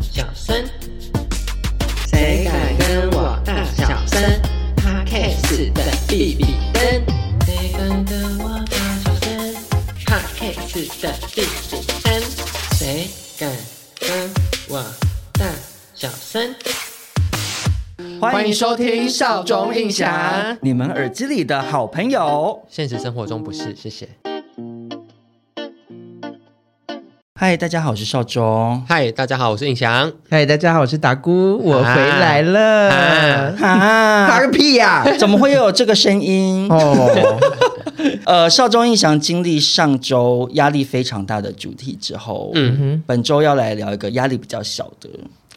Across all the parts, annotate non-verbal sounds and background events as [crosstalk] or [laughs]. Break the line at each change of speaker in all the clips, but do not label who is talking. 小声？谁敢跟我大小声 p o d c 的比比登，谁敢跟我大小声 p o d c 的比比登，谁敢跟我大小声？
欢迎
收听
少
中印象
你们耳机里的好朋友。
现实生活中不是，谢谢。
嗨，大家好，我是少中。
嗨，大家好，我是印翔。
嗨，大家好，我是达姑，我回来了。
啊
打
啊
个，屁呀、
怎么会有这个声音？
哦，
呃，少中印象经历上周压力非常大的主题之后，
嗯
哼，
本周要来聊一个压力比较小的，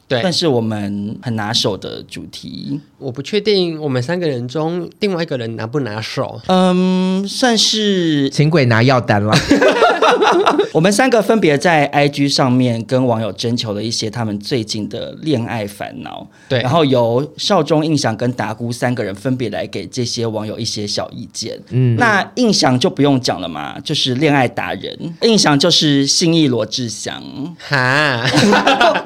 对
但，是我们很拿手的主题。
我不确定我们三个人中另外一个人拿不拿手。
嗯，算是
请鬼拿药单了。
我们三个分别在 IG 上面跟网友征求了一些他们最近的恋爱烦恼，
对，
然后由少中、印象跟达姑三个人分别来给这些网友一些小意见。
嗯，
那印象就不用讲了嘛，就是恋爱达人，印象就是信义罗志祥
[laughs] 哈，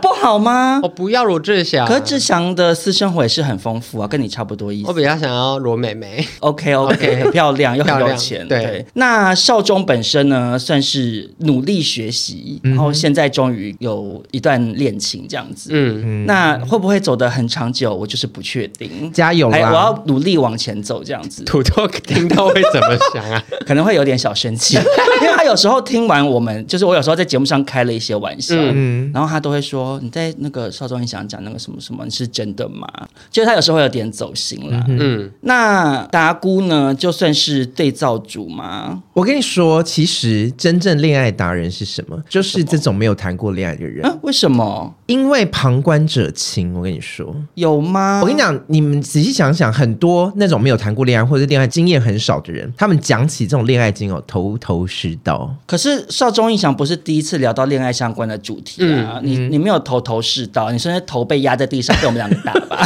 不不好吗
啊我？不要罗志祥，
可是志祥的私生活也是很丰富啊，跟你差不多意
我
思。
比较想要罗美美。
OK OK，很漂亮又很
漂
有
亮
钱。
对
那少中本身呢，算是努力学习，然后现在终于有一段恋情这样子。
嗯，
那会不会走得很长久？我就是不确定。
加油啦！
哎，我要努力往前走，这样子
土豆听到会怎么想
[laughs]
啊？
可能会有点小生气，因为他有时候听完我们，就是我有时候在节目上开了一些玩笑，
嗯，
然后他都会说你在那个少中你想讲那个什么什么，你是真的吗？就是他有时候会有点走心啦。
嗯，
那达姑呢，就算是对照组嘛，
[laughs] 我跟你说，其实真正恋爱达人是什么？就是这种没有谈过恋爱的人，
啊，为什么
因为旁观者清。我跟你说，
有吗？
我跟你，讲，你们仔细想想，很多那种没有谈过恋爱或者是恋爱经验很少的人，他们讲起这种恋爱经哦，头头是道。
可是少中印象不是第一次聊到恋爱相关的主题啊，
嗯
你你没有头头是道，你甚至头被压在地上被我们两个打吧？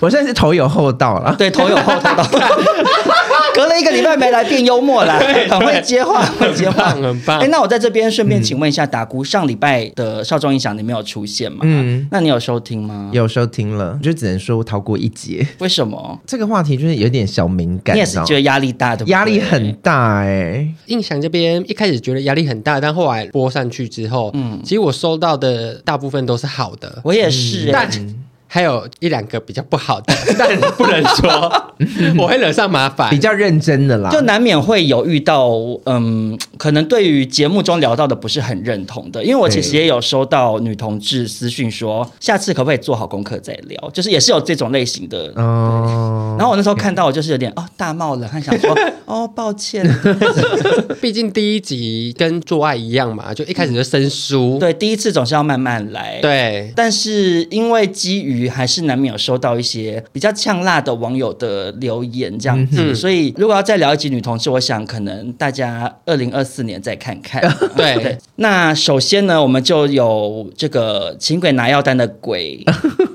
我现在是头有后道了。
对，头有后头到。
[laughs]
隔了一个礼拜没来，变幽默了，很会接话，很会接话，
很棒很棒
哎，那我在这边顺
嗯
便请问一下，打姑上礼拜的少中印象你没有出现嘛？
嗯
那你有收听吗？
有时候听了，就只能说逃过一劫。
为什么？
这个话题就是有点小敏感，
你也
知
是
道吗
觉得压力大的，对不对
压力很大哎、
印象这边一开始觉得压力很大，但后来播上去之后，嗯，其实我收到的大部分都是好的，
我也
嗯
是、哎
但还有一两个比较不好的， [laughs] 但不能
[laughs]
说，我会惹上麻烦
比。较认真的啦。
就难免会有遇到，嗯，可能对于节目中聊到的不是很认同的，因为我其实
对
也有收到女同志私讯说，下次可不可以做好功课再聊，就是也是有这种类型的。
哦，
然后我那时候看到，我就是有点哦大冒冷汗，想说
[laughs]
哦抱歉，
毕竟第一集跟做爱一样嘛，就一开始就生疏，
对，第一次总是要慢慢来。，
对
但是因为基于还是难免有收到一些比较呛辣的网友的留言这样子，
嗯所
所以如果要再聊一集女同志，我想可能大家二零二四年再看
[laughs]
看。
对
对，那首先呢，我们就有这个请鬼拿药单的
[laughs]
鬼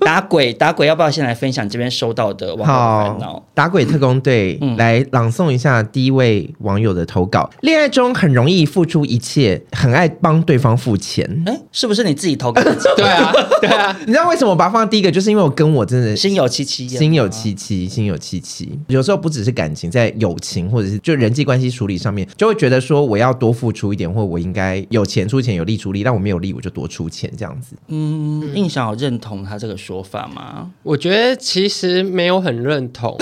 打鬼打鬼，要不要先来分享这边收到的网友烦恼
好？，打鬼特工队、
嗯
来朗诵一下第一位网友的投稿：恋爱中很容易付出一切，很爱帮对方
[laughs]
付钱。
哎，是不是你自己投稿
[laughs]
的？
对啊，对啊，
你知道为什么我把它放在第一个？就是因为我跟我真的
心有戚戚焉，
心有戚戚，心有戚戚。有时候不只是感情，在友情或者是就人际关系处理上面，就会觉得说我要多付出一点，或我应该有钱出钱，有力出力。但我没有力，我就多出钱这样子。
嗯，印象有认同他这个说法吗？
[laughs]
我觉得其实没有很认同。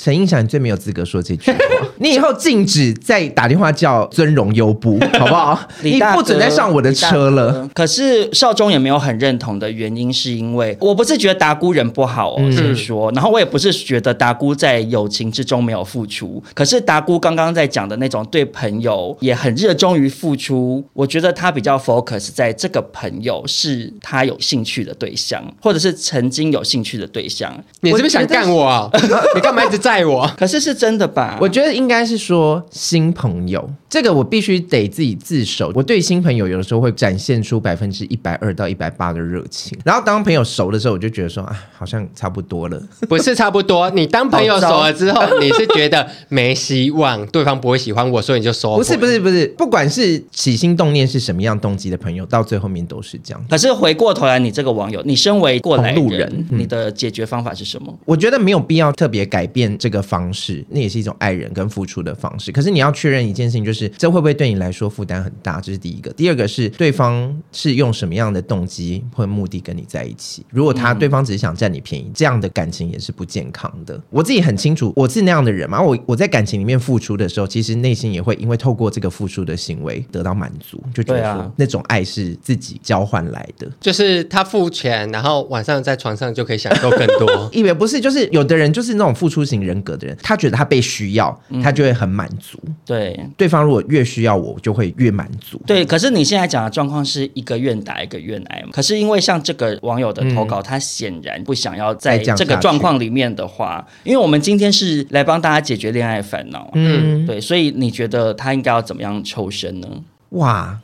陈映响，你最没有资格说这句话。 [laughs] 你以后禁止再打电话叫尊荣
[laughs]
优步，好不好？
李
你
大
不准
哥
再上我的车。
李
了。
大哥可是少中也没有很认同的原因，是因为我不是觉得达姑人不好
嗯
哦，先说，然后我也不是觉得达姑在友情之中没有付出，可是达姑刚刚在讲的那种对朋友也很热衷于付出，我觉得他比较 focus 在这个朋友是他有兴趣的对象，或者是曾经有兴趣的对象。
你是不是想干
我
我啊？ [laughs] 你干嘛一直载
觉得是？
我？
可是是真的吧？
我觉得应该是说新朋友，这个我必须得自己自首。我对新朋友有的时候会展现出百分之一百二到一百八的热情，然后当朋友熟的时候，我就觉得说啊，好像差不多了。
不是差不多，你当朋友熟了之
[laughs]
后，你是觉得没希望，对方不会喜欢我，所以你就收回。
不是不是不是，不管是起心动念是什么样动机的朋友，到最后面都是这样。
可是回过头来，你这个网友，你身为过来
同路
人
人，嗯
你的解决方法是什么？
我觉得没有必要特别改变这个方式，那也是一种爱人跟付出的方式。可是你要确认一件事情，就是这会不会对你来说负担很大，这是第一个。第二个是对方是用什么样的动机或目的跟你在一起。如果他对方只是想占你便宜，这样的感情也是不健康的。我自己很清楚，我是那样的人嘛。我我在感情里面付出的时候，其实内心也会因为透过这个付出的行为得到满足，就觉得
对啊
说那种爱是自己交换来的。。
就是他付钱，然后晚上在床上就可以享受更多
以为不是，就是有的人就是那种付出型人格的人，他觉得他被需要，他就会很满足。
对，
对方如果越需要我，我就会越满足。
对，可是你现在讲的状况是一个愿打一个愿挨嘛？可是因为像这个网友的投
嗯
稿，他显然不想要在
再讲
这个
下去
状况里面的话，因为我们今天是来帮大家解决恋爱烦恼，嗯，对，所以你觉得他应该要怎么样抽身
[laughs]
呢？
哇，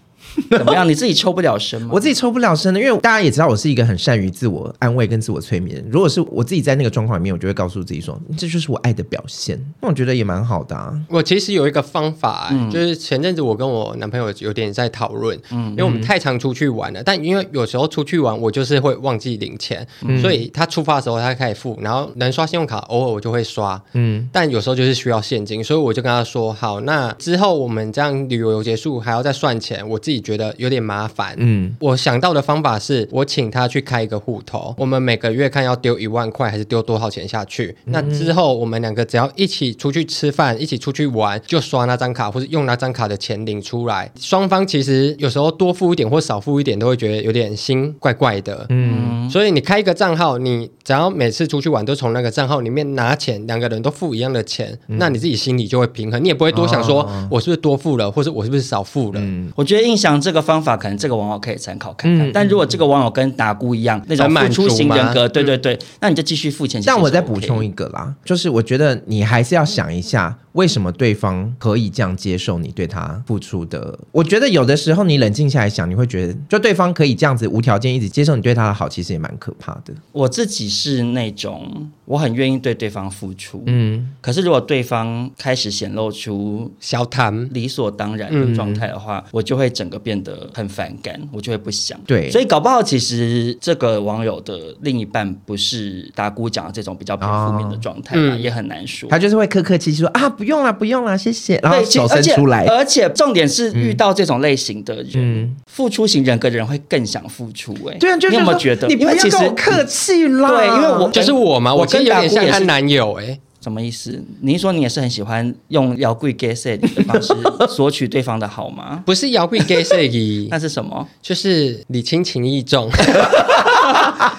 怎么样？你自己抽不了身吗？
我自己抽不了身的，因为大家也知道我是一个很善于自我安慰跟自我催眠。如果是我自己在那个状况里面，我就会告诉自己说，这就是我爱的表现。那我觉得也蛮好的、啊。
我其实有一个方法、就是前阵子我跟我男朋友有点在讨论，因为我们太常出去玩了，但因为有时候出去玩我就是会忘记零钱，所以他出发的时候他开始付，然后能刷信用卡偶尔我就会刷，嗯，但有时候就是需要现金，所以我就跟他说，好，那之后我们这样旅游结束还要再算钱，我自己觉得有点麻烦，
嗯，
我想到的方法是我请他去开一个户头，我们每个月看要丢一万块还是丢多少钱下去。那之后我们两个只要一起出去吃饭，一起出去玩，就刷那张卡或是用那张卡的钱领出来。双方其实有时候多付一点或少付一点都会觉得有点心怪怪的。嗯，所以你开一个账号，你只要每次出去玩都从那个账号里面拿钱，两个人都付一样的钱，那你自己心里就会平衡，你也不会多想说我是不是多付了，或是我是不是少付了。
我觉得印象这个方法，可能这个网友可以参考看
嗯
看。但如果这个网友跟达姑一样那种
很
付
满
出
足
型人
吗
格，对对对，那你就继续付钱。
嗯但我再
再
补充一个啦，就是我觉得你还是要想一下，为什么对方可以这样接受你对他付出的。我觉得有的时候你冷静下来想，你会觉得，就对方可以这样子无条件一直接受你对他的好，其实也蛮可怕的。
我自己是那种我很愿意对对方付出，嗯，可是如果对方开始显露出
小谈，
理所当然的状态的话，我就会整个变得很反感，我就会不想。
嗯对
所以搞不好其实这个网友的另一半不是达姑讲的这种比较偏负面的状态啦，
哦嗯
也很难说。
他就是会客客气气说啊，不用啦，不用啦，谢谢，然后
对，其
手
而
伸
且呃
出来。嗯
而且重点是遇到这种类型的人，付出型人格的人会更想付出、哎，
对啊，就是
你有没有
说
觉得？
你不
因
要
为其实
跟我客气啦。
对因为我
就是我嘛，
我
我其实
跟
有
达
点
姑
像
也
她
是
男友哎、欸
什么意思？您说你也是很喜欢用摇柜 gay set 的方式索取对方的好
[laughs]
吗？
不是摇柜
[laughs]
gay 摄影
那，是什么？
就是礼轻情意重。 [laughs]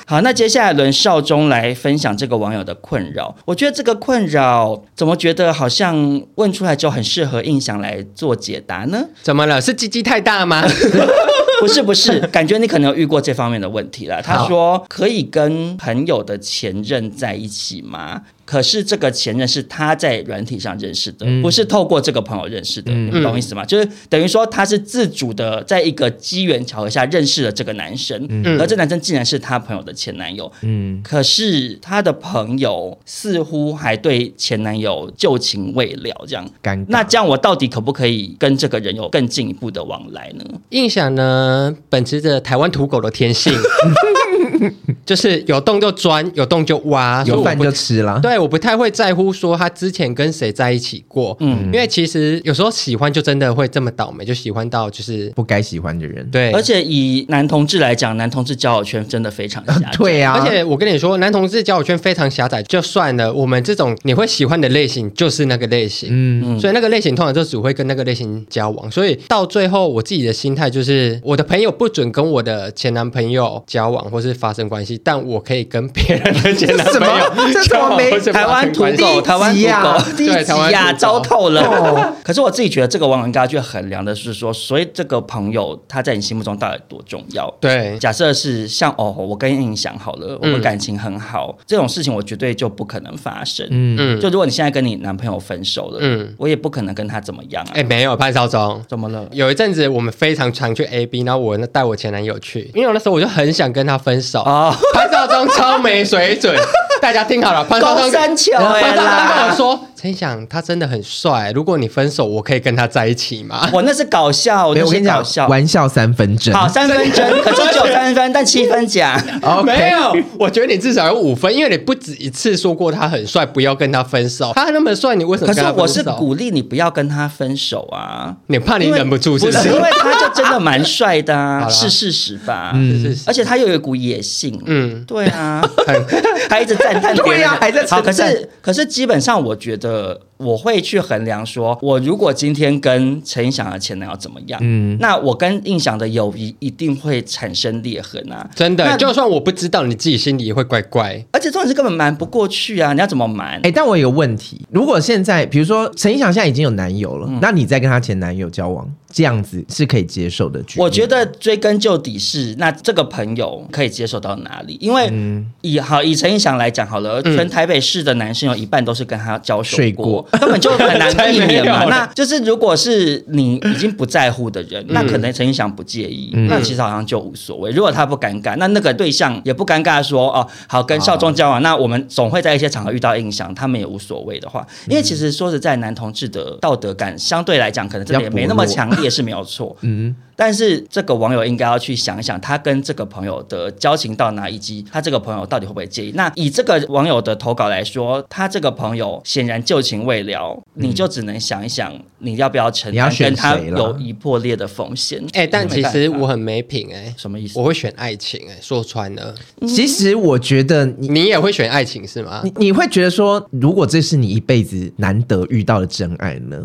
好，那接下来轮少中来分享这个网友的困扰。我觉得这个困扰怎么觉得好像问出来之后很适合印象来做解答呢？
怎么了？是鸡鸡太大吗？
[laughs] 不是不是，感觉你可能有遇过这方面的问题了。他
好
说可以跟朋友的前任在一起吗？可是这个前任是他在软体上认识的，不是透过这个朋友认识的，你们懂意思吗？就是等于说他是自主的，在一个机缘巧合下认识了这个男生，而这男生竟然是他朋友的前男友。嗯，可是他的朋友似乎还对前男友旧情未了，这样。
尴尬。
那这样我到底可不可以跟这个人有更进一步的往来呢？
印象呢，本持着台湾土狗的天性， [laughs] 就是有洞就钻，有洞就挖，所以
有
我
饭
不
就吃啦。
对，我不太会在乎说他之前跟谁在一起过，嗯，因为其实有时候喜欢就真的会这么倒霉，就喜欢到就是
不该喜欢的人。
对，
而且以男同志来讲，男同志交友圈真的非常狭 [laughs] 窄。
呃对呀、啊
而且我跟你说，男同志交友圈非常狭窄，就算了，我们这种你会喜欢的类型就是那个类型，嗯，所以那个类型通常就只会跟那个类型交往，所以到最后我自己的心态就是，我的朋友不准跟我的前男朋友交往或是发生关系，但我可以跟别人 [laughs] 的前男朋友
这怎
交
么
往
没
或是
台
发
湾
生
土
关系。
狗，台湾土
低级啊
狗，低
对台湾
级呀，
土狗
糟透了。 [laughs] 可是我自己觉得这个王文嘎去衡量的是说，所以这个朋友他在你心目中到底多重要？
对，
假设是像哦，我跟印翔好了，我
嗯
们感情很好，这种事情我绝对就不可能发生。嗯，
嗯
就如果你现在跟你男朋友分手了，
嗯
嗯，我也不可能跟他怎么样啊。
哎、没有潘少忠，
怎么了？
有一阵子我们非常常去 A B，然后我那带我前男友去，因为我那时候我就很想跟他分手。
哦，
潘少忠超没水
[laughs]
准，大家听好了，潘少
高
忠
山球哎
潘少忠跟我
啦！
说，陈翔他真的很帅，如果你分手，我可以跟他在一起吗？
我那是搞笑，哦那
没有，我
是
跟你
搞
讲
笑，。
玩笑三分真。
好，三分真，可是只有三分，但七分假。
[laughs]
o
没
k
有， [laughs] 我觉得你至少有五分，因为你不止一次说过他很帅，不要跟他分手。他那么帅，你为什
[laughs]
么
可
跟
是
他
我
分手？
是鼓励你不要跟他分手啊，
你怕你
因为
忍不住是
不
不
是
是？
因为他就真的蛮帅的
[laughs] 好啦
啊，是事实吧？
是是是
而且他又有一股野性，
嗯
嗯，对
[laughs]
啊， [laughs] 还一直赞叹别人，
对啊还在称
好，可
赞
是可是基本上，我觉得我会去衡量说，我如果今天跟陈映响的前男友怎么样，嗯，那我跟映响的友谊一定会产生裂痕啊。
真的，
那
就算我不知道，你自己心里也会怪怪。
而且重点是根本瞒不过去啊！你要怎么瞒？
哎、但我有个问题，如果现在比如说陈意翔现在已经有男友
嗯
了，那你再跟她前男友交往，这样子是可以接受的局面。
我觉得追根究底是，那这个朋友可以接受到哪里？因为以好以陈意翔来讲好了，全台北市的男生有一半都是跟他交手
睡
过，根本就很难
才
避
没
免嘛。
有
那就是如果是你已经不在乎的人，那可能陈意翔不介意，那其实好像就无所谓。如果他不尴尬，那那个对象也不尴尬说哦，好跟少中交往，那我们总会在一些场合遇到印象，他们也无所谓的话，因为其实说实在，男同志的道德感相对来讲可能真的也没那么
比较薄弱
强烈是没有 [laughs] 错，但是这个网友应该要去想一想，他跟这个朋友的交情到哪，以及他这个朋友到底会不会介意。那以这个网友的投稿来说，他这个朋友显然旧情未了，你就只能想一想，嗯你要不要承
你要
担
选
跟他
谁啦
友谊破裂的风险？
哎、但
没
其
办
实
法
我很没品哎、
什么意思
我？会选爱情哎、说穿了，
其实我觉得你。
你也会选爱情是吗？
你你会觉得说，如果这是你一辈子难得遇到的真爱呢？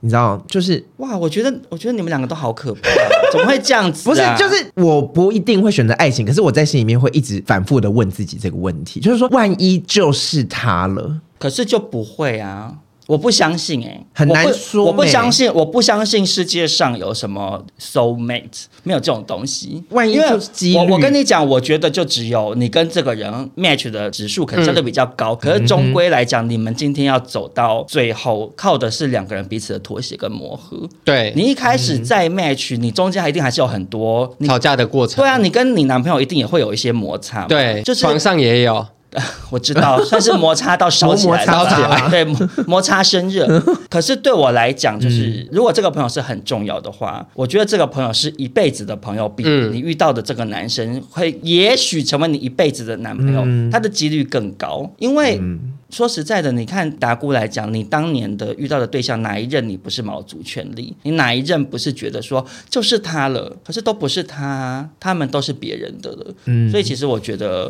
你知道，就是
哇，我觉得，我觉得你们两个都好可怕， [laughs] 怎么会这样子、啊？
不是就是我不一定会选择爱情，可是我在心里面会一直反复的问自己这个问题，就是说，万一就是他了，
可是就不会啊。我不相信哎、
很难
我不
说
我不
欸
相信，我不相信世界上有什么 soul mate，没有这种东西。
万一
因为
就是几
我我
率
跟你讲，我觉得就只有你跟这个人 match 的指数
嗯
可能相对比较高，可是终归来讲，你们今天要走到最后，靠的是两个人彼此的妥协跟磨合。
对，
你一开
嗯
始在 match，、你中间一定还是有很多你。
吵架的过程。
对啊，你跟你男朋友一定也会有一些摩擦嘛，
对，
就是
床上也有，
我知
[laughs]
道，算是摩擦到烧起来
摩
了
摩擦起
吧，对，摩摩擦生
[laughs]
热。可是对我来讲，
嗯
就是如果这个朋友是很重要的话，我觉得这个朋友是一辈子的朋友，比
嗯
你遇到的这个男生会也许成为你一辈子的男朋友，
嗯
他的几率更高，因为。说实在的，你看达姑来讲，你当年的遇到的对象哪一任你不是卯足全力？你哪一任不是觉得说就是他了？可是都不是他啊，他们都是别人的了。
嗯
所以其实我觉得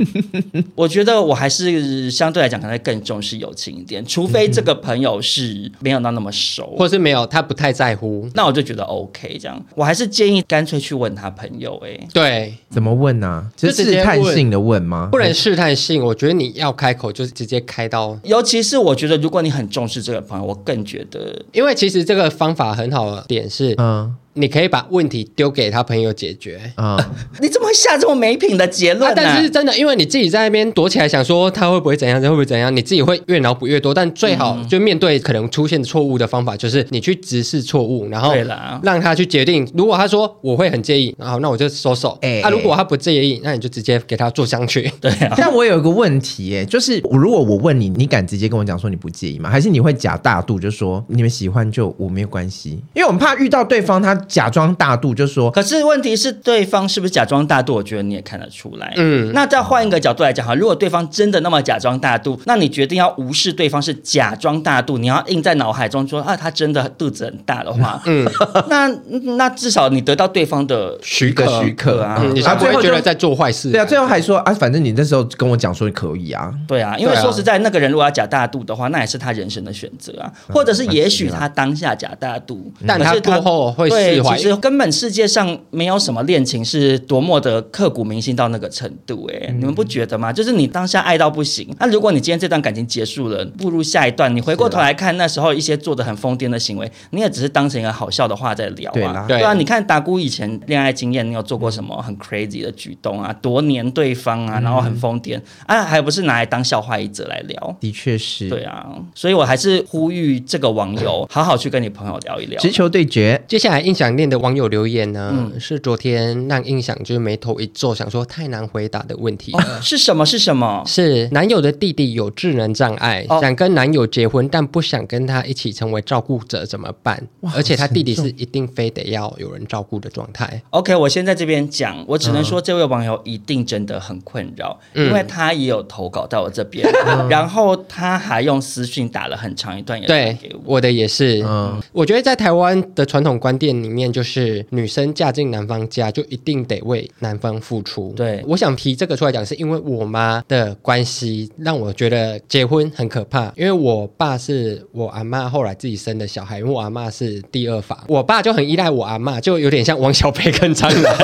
我觉得我还是相对来讲可能更重视友情一点，除非这个朋友是没有到那么熟，
或是没有，他不太在乎。
那我就觉得 OK 这样。我还是建议干脆去问他朋友、欸，
对，
怎么问呢、啊？
就
就
直
是
接问
试探性的问吗？
不然试探性，我觉得你要开口就是直接开到，
尤其是我觉得如果你很重视这个朋友，我更觉得
因为其实这个方法很好的点是，
嗯
你可以把问题丢给他朋友解决。
啊，
你怎么会下这么没品的结论呢、
啊！但是真的，因为你自己在那边躲起来，想说他会不会怎样，他会不会怎样，你自己会越脑补越多。但最好
嗯
就面对可能出现错误的方法，就是你去直视错误，然后
对啦
让他去决定。如果他说我会很介意，好，那我就收手。
哎
啊，如果他不介意，那你就直接给他坐上去。
对啊，
但我有一个问题、耶，就是如果我问你，你敢直接跟我讲说你不介意吗？还是你会假大度就说你们喜欢就我没有关系？因为我们怕遇到对方他假装大度，就说
可是问题是，对方是不是假装大度？我觉得你也看得出来。
嗯
那再换一个角度来讲哈，如果对方真的那么假装大度，那你决定要无视对方是假装大度，你要印在脑海中说啊，他真的肚子很大的话，嗯， [laughs] 那那至少你得到对方的
许可
许可
啊
嗯，你才
啊
不
最
会
后
觉
就
得在做坏事。
对啊，最后还说啊，反正你那时候跟我讲说可以啊，
对啊，因为
对啊
说实在，那个人如果要假大度的话，那也是他人生的选择啊，或者是也许他当下假大度，
但
可
他
是他
过后会
对，
释怀
其。实根本世界上没有什么恋情是多么的刻骨铭心到那个程度、欸，哎、
嗯
你们不觉得吗？就是你当下爱到不行，那如果你今天这段感情结束了，步入下一段，你回过头
啊
来看那时候一些做的很疯癫的行为，你也只是当成一个好笑的话在聊
对
啊
啦。
对
啊，你看达姑以前恋爱经验，你有做过什么很 crazy 的举动啊？多黏对方
嗯
啊，然后很疯癫、啊，还不是拿来当笑话一则来聊？
的确是。
对啊，所以我还是呼吁这个网友好好去跟你朋友聊一聊。
直球对决，
接下来印象念的网友留言呢，
嗯
是昨天让印象就是眉头一皱，想说太难回答的问题了。
哦是什么？是什么？
是男友的弟弟有智能障碍，
哦
想跟男友结婚，但不想跟他一起成为照顾者，怎么办？而且他弟弟是一定非得要有人照顾的状态。
OK，我先在这边讲，我只
嗯
能说这位网友一定真的很困扰，因为他也有投稿到我这边，然后他还用私讯打了很长一段也
嗯对
给，我。
我的也是。
嗯，
我觉得在台湾的传统观念里面，就是女生嫁进男方家就一定得为男方付出。
对
我想提这个出来讲，是因为我妈的关系让我觉得结婚很可怕，因为我爸是我阿妈后来自己生的小孩，因为我阿妈是第二房，我爸就很依赖我阿妈，就有点像王小贝跟张兰。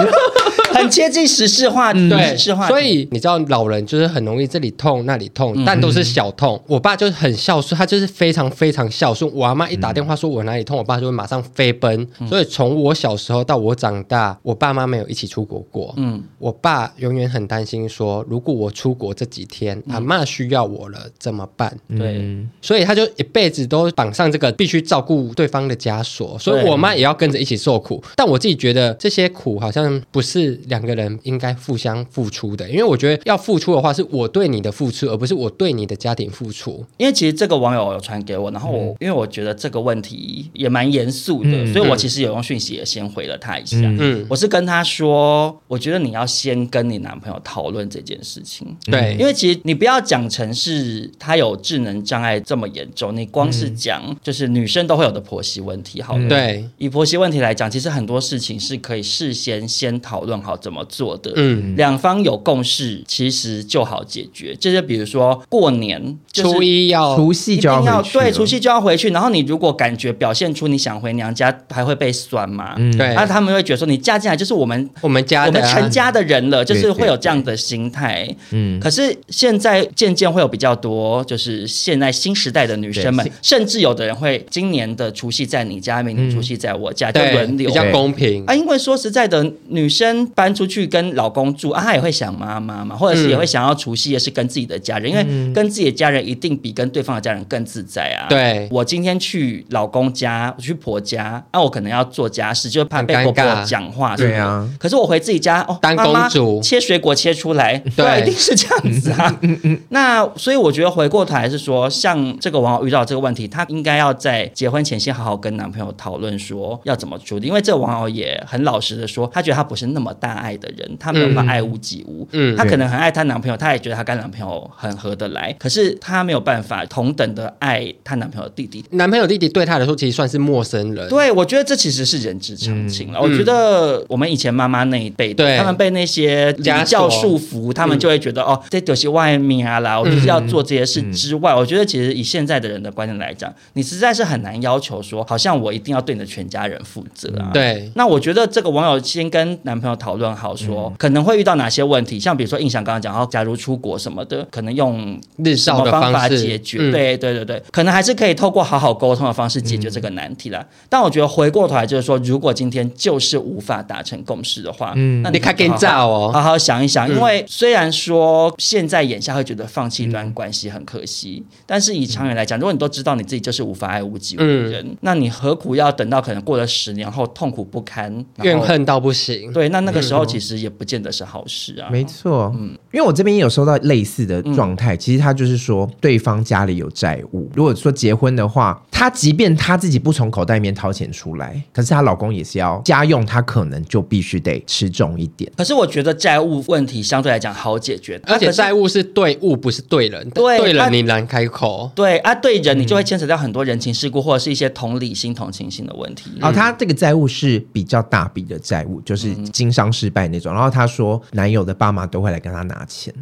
很接近时事话题，
嗯对，
时事话题。
所以你知道老人就是很容易这里痛那里痛，但都是小痛。我爸就是很孝顺，他就是非常非常孝顺。我阿妈一打电话说我哪里痛，我爸就会马上飞奔。所以从我小时候到我长大，我爸妈没有一起出国过。
嗯，
我爸永远很担心说，如果我出国这几天，阿妈需要我了怎么办？
对，
所以他就一辈子都绑上这个必须照顾对方的枷锁，所以我妈也要跟着一起受苦。但我自己觉得这些苦好像不是两个人应该互相付出的，因为我觉得要付出的话，是我对你的付出，而不是我对你的家庭付出。
因为其实这个网友有传给我，然后我、
嗯
因为我觉得这个问题也蛮严肃的，所以我其实有用讯息也先回了他一下。
嗯
我是跟他说，我觉得你要先跟你男朋友讨论这件事情。
对，
因为其实你不要讲成是他有智能障碍这么严重，你光
嗯
是讲就是女生都会有的婆媳问题好了。
对，
以婆媳问题来讲，其实很多事情是可以事先先讨论好怎么做的。
嗯，
两方有共识，其实就好解决。就是比如说过年，就是、
初哦一要
除夕就要
一定要
回去了
对，除夕就要回去。然后你如果感觉表现出你想回娘家，还会被酸嘛？嗯，
对
那他们会觉得说你嫁进来就是我们
我们家
我
的
们
啊、
成家的人了，就是
对
会有这样的心态。
嗯，
可是现在渐渐会有比较多，就是现在新时代的女生们
对，
甚至有的人会今年的除夕在你家，明年除夕在我家，就
对哎
轮流
比较
对
公平。
啊，因为说实在的，女生搬出去跟老公住啊，她也会想妈妈嘛，或者是也会想要除夕夜是跟自己的家
嗯
人，因为跟自己的家人一定比跟对方的家人更自在啊。
对
我今天去老公家，我去婆家，啊，我可能要做家事，就怕被
很尴
婆婆
尬
讲话什么的。
对啊
可是我回自己家，哦，
当
妈妈
公主
切水果切出来，
对
一定是这样子啊。那所以我觉得回过头来是说，像这个网友遇到这个问题，她应该要在结婚前先好好跟男朋友讨论说要怎么处理，因为这个网友也很老实的说，她觉得她不是那么大爱的人，她没有办法爱屋及乌，
嗯
嗯，她可能很爱她男朋友，她也觉得她跟男朋友很合得来，可是她没有办法同等的爱她男朋友的弟弟。
男朋友弟弟对她来说其实算是陌生人，嗯
对，我觉得这其实是人之常情了。我觉得我们以前妈妈那一辈的，
对嗯
他们被那些礼
枷
教束
锁
缚，他们就会觉得、哦，这就是外面啊啦，我就是要做这些事之
嗯
外，我觉得其实以现在的人的观念来讲，你实在是很难要求说，好像我一定要对你的全家人负责啊。。
对，
那我觉得这个网友先跟男朋友讨论好说，
嗯
可能会遇到哪些问题，像比如说印象刚刚讲到，假如出国什么的，可能用
日
什
照
么
的
方法
式
解决？
嗯
对对对对，可能还是可以透过好好沟通的方式解决这个难题
嗯
啦。但我觉得回过头来就是说，如果今天就是无法达成共识的话，嗯，那
你看更
好
炸
好
哦
好好想一想，因为虽然说现在眼下会觉得放弃一段关系很可惜，
嗯
但是以长远来讲，如果你都知道你自己就是无法爱无及无的人，
嗯
那你何苦要等到可能过了十年后痛苦不堪，然后
怨恨到不行。嗯
对，那那个时候其实也不见得是好事啊。
没错，嗯，因为我这边也有收到类似的状态，
嗯
其实他就是说对方家里有债务，如果说结婚的话，他即便他自己不从口袋里面掏钱出来，可是她老公也是要家用，他可能就必须得吃重一点。
可是我觉得债务问题相对来讲好解决，啊
而且
可是
债务是对物，不是对人。
对
对
他
人你难开口。
对啊，对人你
嗯
就会牵扯到很多人情世故，或者是一些同理心、同情心的问题。
哦，她这个债务是比较大笔的债务，就是
嗯
经商失败那种。然后她说，男友的爸妈都会来跟她拿钱，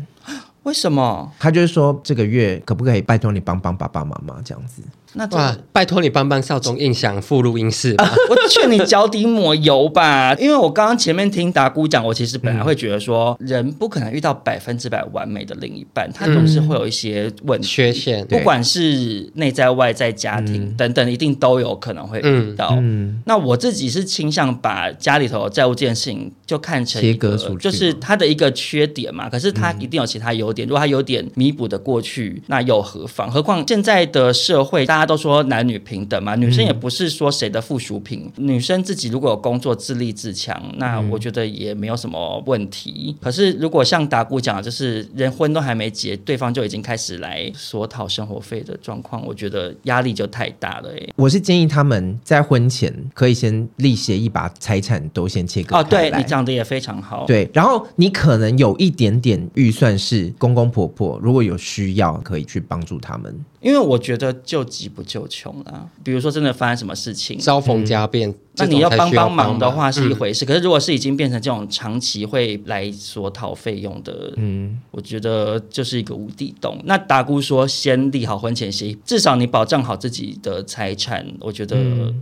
为什么？
她就是说这个月可不可以拜托你帮帮爸爸妈妈这样子？
那这
哇，拜托你帮帮少中印象附录音室吧。
[laughs] 我劝你脚底抹油吧，因为我刚刚前面听达姑讲，我其实本来会觉得说，人不可能遇到百分之百完美的另一半，他总是会有一些问题、
缺陷
不管是内在、外在、家庭等等，一定都有可能会遇到。那我自己是倾向把家里头的债务这件事情就看成一个
切割出去
就是他的一个缺点嘛。可是他一定有其他优点，如果他有点弥补的过去，那又何妨？何况现在的社会，大家都说男女平等嘛，女生也不是说谁的附属品。女生自己如果有工作，自立自强，那我觉得也没有什么问题。可是如果像达姑讲的，就是人婚都还没结，对方就已经开始来索讨生活费的状况，我觉得压力就太大了、欸。
我是建议他们在婚前可以先立协议，把财产都先切割
哦，
开
对
来
你讲的也非常
哦
好。
对，然后你可能有一点点预算是公公婆婆，如果有需要可以去帮助他们。
因为我觉得救急不救穷啦。比如说真的发生什么事情，
遭逢家变，
嗯那
啊这种
你要
才
帮
需要
帮
帮嗯
忙的话
忙
是一回事，可是如果是已经变成这种长期会来索讨费用的，嗯，我觉得就是一个无底洞。那达姑说先立好婚前协议，至少你保障好自己的财产，我觉得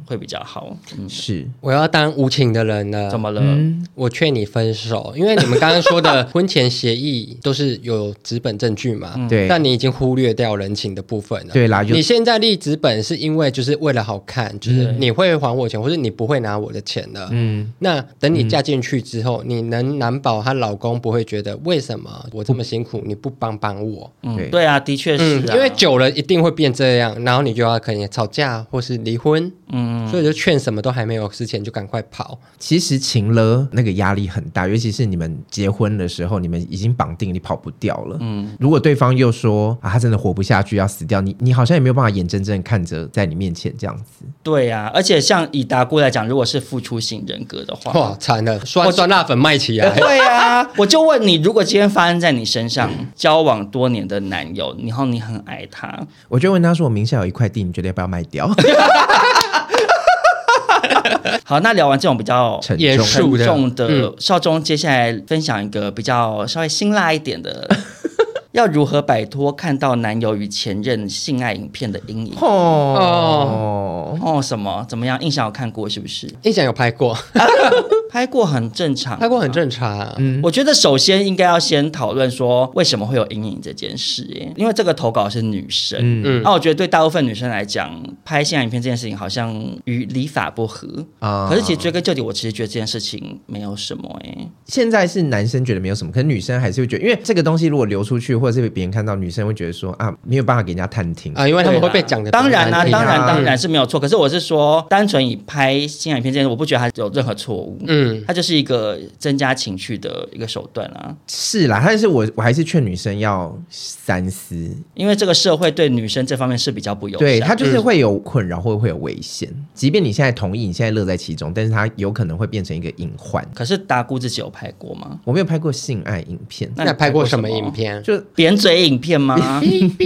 会比较好。嗯，
是，
我要当无情的人了。
怎么了？
我劝你分手，因为你们刚刚说
[laughs]
的婚前协议都是有纸本证据
嗯
嘛，
对
嗯但你已经忽略掉人情的部分了。
对啦有
你现在立纸本是因为就是为了好看，就是你会还我钱，或是你不会拿我的钱了。嗯，那等你嫁进去之后，你能难保她老公不会觉得为什么我这么辛苦，你不帮帮我？
嗯，
对
对啊，的确是
嗯，
啊，
因为久了一定会变这样，然后你就要可能吵架或是离婚，嗯，所以就劝什么都还没有之前就赶快跑，
其实情了那个压力很大，尤其是你们结婚的时候，你们已经绑定，你跑不掉了。嗯，如果对方又说啊，他真的活不下去，要死掉，你你好像也没有办法眼睁睁地看着在你面前这样子。
对啊，而且像以达姑来讲，如果是付出型人格的话，
哇，惨了，酸酸辣粉卖起 [laughs] 来，
对啊， [laughs] 我就问你，如果今天发生在你身上，交往多年的男友，然后你很爱他，
我就问他说，我名下有一块地，你觉得要不要卖掉？ [laughs]
好，那聊完这种比较
沉
严
重。
肃
沉
的，
重的，少中接下来分享一个比较稍微辛辣一点的，要如何摆脱看到男友与前任性爱影片的阴
[laughs]
影？
哦，
哦，什么怎么样？印象有看过是不是？ [laughs]
印象有拍过，
拍过很正常，
拍过很。正常，嗯，
我觉得首先应该要先讨论说为什么会有阴影这件事，哎因为这个投稿是女生，嗯，
哦
那、我觉得对大部分女生来讲，拍性爱影片这件事情好像与礼法不合
啊
可是其实追根究底，我其实觉得这件事情没有什么，哎，
现在是男生觉得没有什么，可是女生还是会觉得，因为这个东西如果流出去，或者是被别人看到，女生会觉得说啊，没有办法给人家探听。
啊，因为他们会被讲的，
对啦当然啦、
啦，
当然
啊
当然是没有错。可是我是说，单纯以拍性爱影片这件事，我不觉得它有任何错误。
嗯，
它就是一个增加情趣的一个手段啊，
是啦，但是我我还是劝女生要三思，
因为这个社会对女生这方面是比较不友善。
对她就是会有困扰，或会有危险。即便你现在同意，你现在乐在其中，但是她有可能会变成一个隐患。
可是达姑自己有拍过吗？
我没有拍过性爱影片，
你
那拍过什么
拍
影？片？
就
扁嘴影片
[laughs]
吗？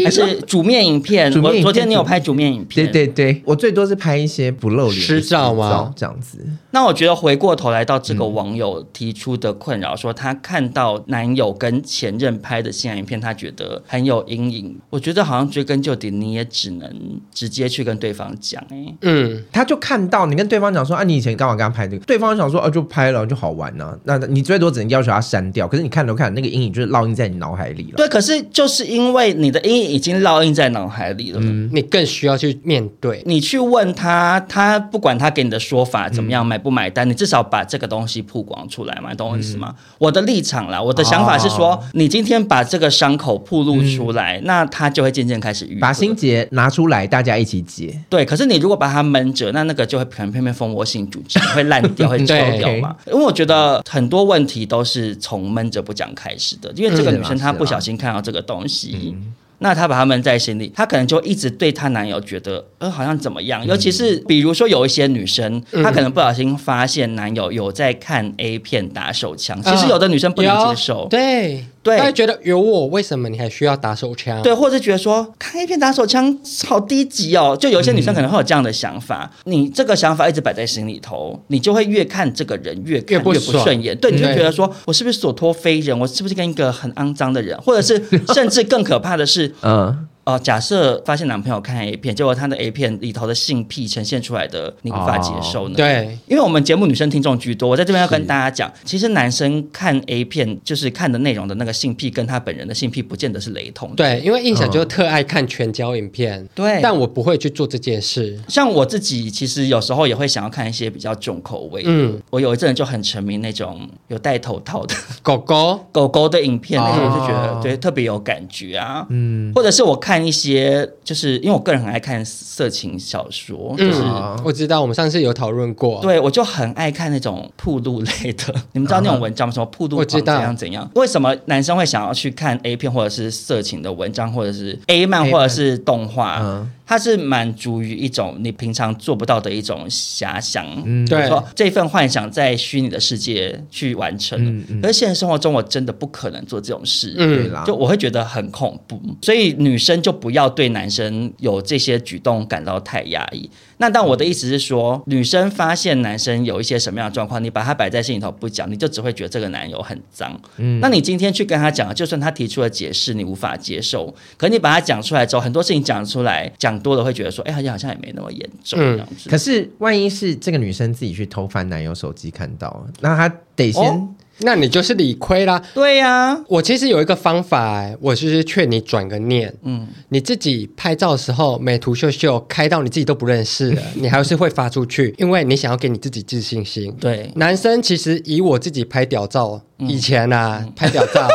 还是煮面影片？
煮面影
我
片
昨天你有拍煮面影片
对，。对对，我最多是拍一些不露脸的
湿照吗
这样子，
那我觉得回过头来到
嗯
这个网友提出的困扰，说她看到男友跟前任拍的性爱影片，她觉得很有阴影。我觉得好像追根究底，你也只能直接去跟对方讲、欸，
嗯，
他就看到你跟对方讲说啊，你以前干嘛跟他拍这个？对方想说啊，就拍了就好玩呐、啊。那你最多只能要求他删掉，可是你看都看那个阴影就是烙印在你脑海里了。
对，可是就是因为你的阴影已经烙印在脑海里了。
嗯
嗯你更需要去面对，
嗯
你去问他，他不管他给你的说法怎么样，买不买单，你至少把这个东西曝光出来嘛，你懂我意思吗？我的立场啦，我的想法是说，
嗯哦嗯
你今天把这个伤口暴露出来，那它就会渐渐开始愈合。
把心结拿出来，大家一起解。
对，可是你如果把它闷着，那那个就会可能偏偏蜂窝性组织会烂
[laughs]
掉，会臭掉嘛。因为我觉得很多问题都是从闷着不讲开始的，因为这个
嗯
女生
是啦嗯
她不小心看到这个东西。那她把它闷在心里，她可能就一直对她男友觉得，呃，好像怎么
嗯
样？尤其是比如说有一些女生，她可能不小心发现男友有在看 A 片打手枪，
啊
其实有的女生不能接受，
对
对
他会觉得有我，为什么你还需要打手枪？
对，或者觉得说看 A 片打手枪好低级哦，就有一些女生可能会有这样的想法。你这个想法一直摆在心里头，你就会越看这个人越看
越不
不
爽
顺眼，对，你就
对
觉得说我是不是所托非人，我是不是跟一个很肮脏的
[laughs]
人，或者是甚至更可怕的是，
嗯，
呃，假设发现男朋友看 A 片，结果他的 A 片里头的性癖呈现出来的，你无法接受呢？
哦对，
因为我们节目女生听众居多，我在这边要跟大家讲，其实男生看 A 片就是看的内容的那个性癖，跟他本人的性癖不见得是雷同的。
对，因为印象就特爱看全交影片，
对
但我不会去做这件事。
像我自己，其实有时候也会想要看一些比较重口味。
嗯
嗯，我有一阵就很沉迷那种有戴头套的 [laughs]
狗狗，
狗狗的影片，那种就觉
哦
得对特别有感觉啊。嗯，或者是我看一些，就是因为我个人很爱看色情小说，就是。
嗯，我知道，我们上次有讨论过，
对，我就很爱看那种铺路类的， [laughs] 你们知道那种文章吗？什么铺路
啊我
狂
知
怎
道
样怎样？为什么男生会想要去看 A 片或者是色情的文章，或者是 A 漫
A
或者是动画？
啊
嗯
它是满足于一种你平常做不到的一种遐想，
对
说这份幻想在虚拟的世界去完成，
嗯嗯
可是现实生活中我真的不可能做这种事，
嗯
对啦，
就我会觉得很恐怖，所以女生就不要对男生有这些举动感到太压抑。那但我的意思是说，女生发现男生有一些什么样的状况，你把它摆在心里头不讲，你就只会觉得这个男友很脏。嗯，那你今天去跟他讲，就算他提出了解释，你无法接受，可你把它讲出来之后，很多事情讲出来，讲多了会觉得说，哎、好像好像也没那么严重
嗯
这样子。
可是万一是这个女生自己去偷翻男友手机看到，那她得先、
哦
那你就是理亏啦。
对啊呀、
我其实有一个方法，我就是劝你转个念，嗯，你自己拍照的时候美图秀秀开到你自己都不认识了，你还是会发出去，因为你想要给你自己自信心。
对，
男生其实以我自己拍屌照，以前啊、拍屌 [laughs] 照，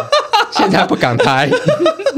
现在不敢拍。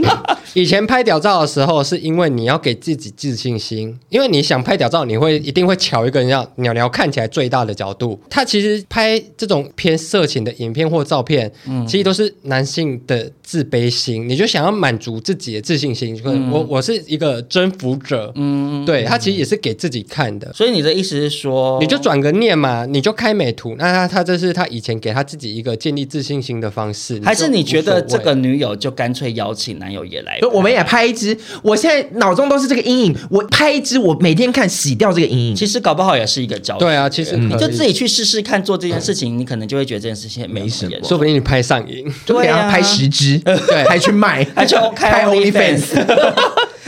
[laughs] 以前拍屌照的时候，是因为你要给自己自信心，因为你想拍屌照，你会一定会瞧一个人要鸟鸟看起来最大的角度。他其实拍这种偏色情的影片或照片，其实都是男性的自卑心，你就想要满足自己的自信心。就是我我是一个征服者，嗯，对他其实也是给自己看的。
所以你的意思是说，
你就转个念嘛，你就开美图。那他他这是他以前给他自己一个建立自信心的方式，
还是你觉得这个
你就无所谓？
女友就干脆邀请男友也来
所以我们也拍一支。我现在脑中都是这个阴影，我拍一支，我每天看洗掉这个阴影。
其实搞不好也是一个招。
对，啊，其实你
你就自己去试试看做这件事情，你可能就会觉得这件事情也没什么严
说
重。
不定你拍上瘾。
就给
对
他
啊
拍十
[laughs]
支，
对
还去卖，
还去
开
开
OnlyFans，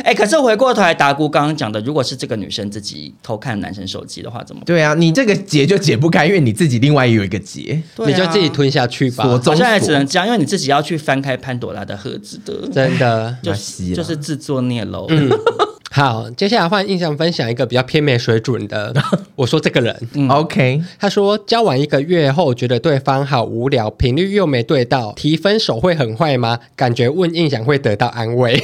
哎、可是回过头来，达姑刚刚讲的，如果是这个女生自己偷看男生手机的话，怎么办？
对啊，你这个结就解不开，因为你自己另外也有一个结。
对啊
你就自己。吞下去吧，
锁住
我现在只能这样，因为你自己要去翻开潘朵拉的盒
[laughs]
子的，
真的。
就
那是
是
啊
就是自作孽喽。[laughs]
嗯好，接下来换印象分享一个比较偏没水准 [laughs] 的。我说这个人，
嗯 OK， [laughs]
他说交往一个月后觉得对方好无聊，频率又没对到，提分手会很坏吗？感觉问印象会得到安慰， [laughs]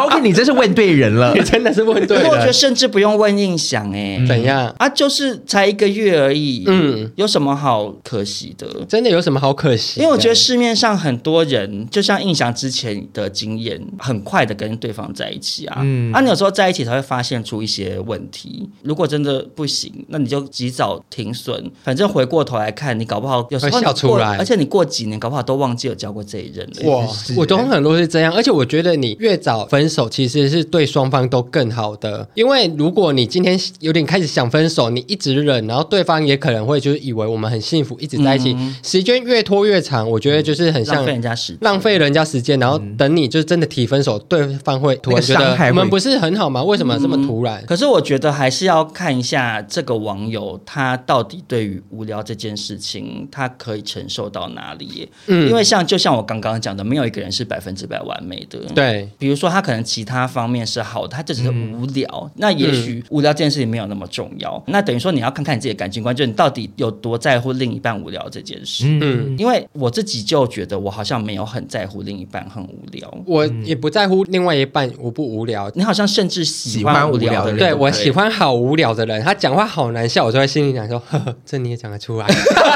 OK，你真是问 [laughs] 对人了
你。真的是问对啊
可是我觉得
了。
甚至不用问印象哎、
怎样？
啊，就是才一个月而已，
嗯
嗯，有什么好可惜的？
真的有什么好可惜的？
因为我觉得市面上很多人，就像印象之前的经验，很快的跟对方在一起啊，
嗯
啊，你有时候在一起才会发现出一些问题。如果真的不行，那你就及早停损。反正回过头来看，你搞不好有时候
会笑
你
出
过
来
而且你过几年搞不好都忘记有交过这一任了。
哇
是，
我懂很多是这样，而且我觉得你越早分手，其实是对双方都更好的。因为如果你今天有点开始想分手，你一直忍，然后对方也可能会就是以为我们很幸福，一直在一起，
嗯
时间越拖越长，我觉得就是很像
浪费人家时间
浪费人家时间，然后等你就是真的提分手，对方会
嗯那
突
个
然觉
伤
得
害会嗯
我们不是很好吗？为什么这么突然？
可是我觉得还是要看一下这个网友他到底对于无聊这件事情，他可以承受到哪里耶？嗯，因为像就像我刚刚讲的，没有一个人是百分之百完美的。，
对，
比如说他可能其他方面是好的，他就只是无聊。那也许无聊这件事情没有那么重要。那等于说你要看看你自己的感情观，就你到底有多在乎另一半无聊这件事。
嗯，
因为我自己就觉得我好像没有很在乎另一半很无聊，
我
嗯
也不在乎另外一半无不无聊。
你好像甚至喜欢无聊的人。
对
对我喜欢好无聊的人，他讲话好难笑，我就会心里想说： [laughs] 呵呵，这你也讲得出来， [laughs]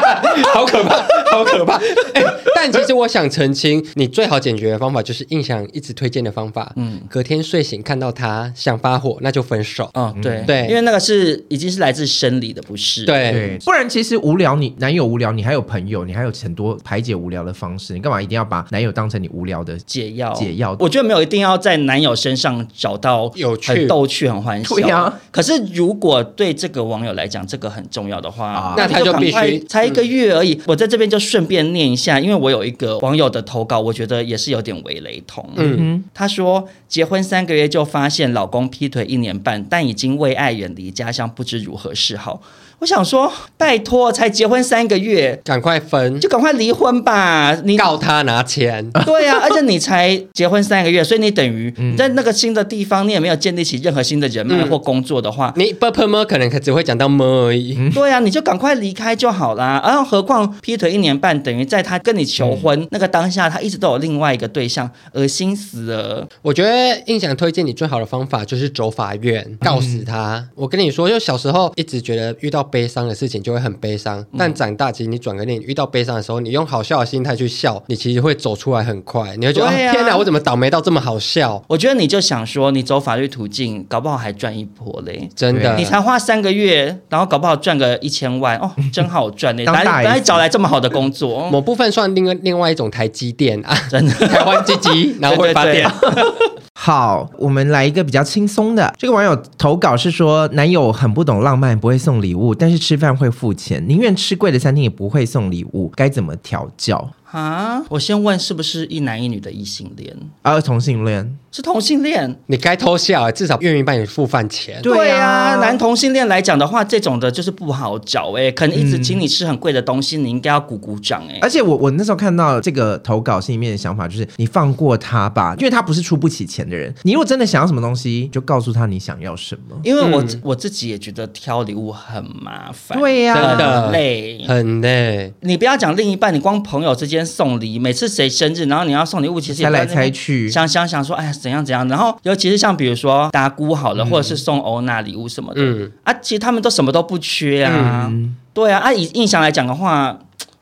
好可怕，好可怕。 [laughs] 哎但其实我想澄清，你最好解决的方法就是印象一直推荐的方法。嗯，隔天睡醒看到他想发火，那就分手。
嗯，对
对
因为那个是已经是来自生理的不适。，
对，
对，不然其实无聊你，男友无聊，你还有朋友，你还有很多排解无聊的方式，你干嘛一定要把男友当成你无聊的
解药，
解药
我觉得没有一定要在男友身上找到
有趣
很逗趣、很欢笑。
对啊
可是如果对这个网友来讲，这个很重要的话
啊，
那他
你
就
赶
必须
快才一个月而已。我在这边就顺便念一下，因为我有一个网友的投稿，我觉得也是有点为雷同。嗯，他说结婚三个月就发现老公劈腿一年半，但已经为爱远离家乡，不知如何是好。我想说，拜托，才结婚三个月，
赶快分
嗯
你，就赶快离婚吧！你
告他拿钱。
[laughs]
对啊，而且你才结婚三个月，所以你等于
嗯
你在那个新的地方，你也没有建立起任何新的人脉或工作的话，
你 b u p 么可能只会讲到么而已。
嗯
对啊，你就赶快离开就好啦。然后何况劈腿一年半，等于在他跟你求婚、
嗯
那个当下，他一直都有另外一个对象，恶心死了。
我觉得印象推荐你最好的方法就是走法院，告死他。
嗯
我跟你说，就小时候一直觉得遇到悲伤的事情就会很悲伤，
嗯
但长大其实你转个念，遇到悲伤的时候，你用好笑的心态去笑，你其实会走出来很快。你会觉得、
对啊
哦天哪，我怎么倒霉到这么好笑？
我觉得你就想说，你走法律途径，搞不好还赚一波
嗯
嘞。
真的
你，才花三个月，然后搞不好赚
[laughs]
个一千万哦，真好赚嘞！
当
哪里
大
哪里
S
找来这么好的工作？
[laughs]
某部分算另外另外一种台积电 [laughs] 啊，
真的 [laughs]
台湾积极，然后会发
对对
电。
好，我们来一个比较轻松的。这个网友投稿是说，男友很不懂浪漫，不会送礼物，但是吃饭会付钱，宁愿吃贵的餐厅也不会送礼物，该怎么调教？
啊！我先问，是不是一男一女的异性恋？
啊，同性恋，
是同性恋？
你该偷笑、欸，至少愿意帮你付饭钱。
对啊
啊，男同性恋来讲的话，这种的就是不好找哎、可能一直请你吃很贵的东西，你应该要鼓鼓掌哎、
而且我我那时候看到这个投稿，心里面的想法就是，你放过他吧，因为他不是出不起钱的人。你如果真的想要什么东西，就告诉他你想要什么。
因为我、我自己也觉得挑礼物很麻烦，
嗯对呀
很
真的
累。
很累，
你不要讲另一半，你光朋友之间送礼，每次谁生日，然后你要送礼物，其实也
猜
不要
来
那边
猜去，
想想想说，哎呀，怎样怎样，然后尤其是像比如说打鼓好
嗯
了，或者是送欧娜礼物什么的，
嗯
啊，其实他们都什么都不缺啊，
嗯
对啊，啊，以印象来讲的话，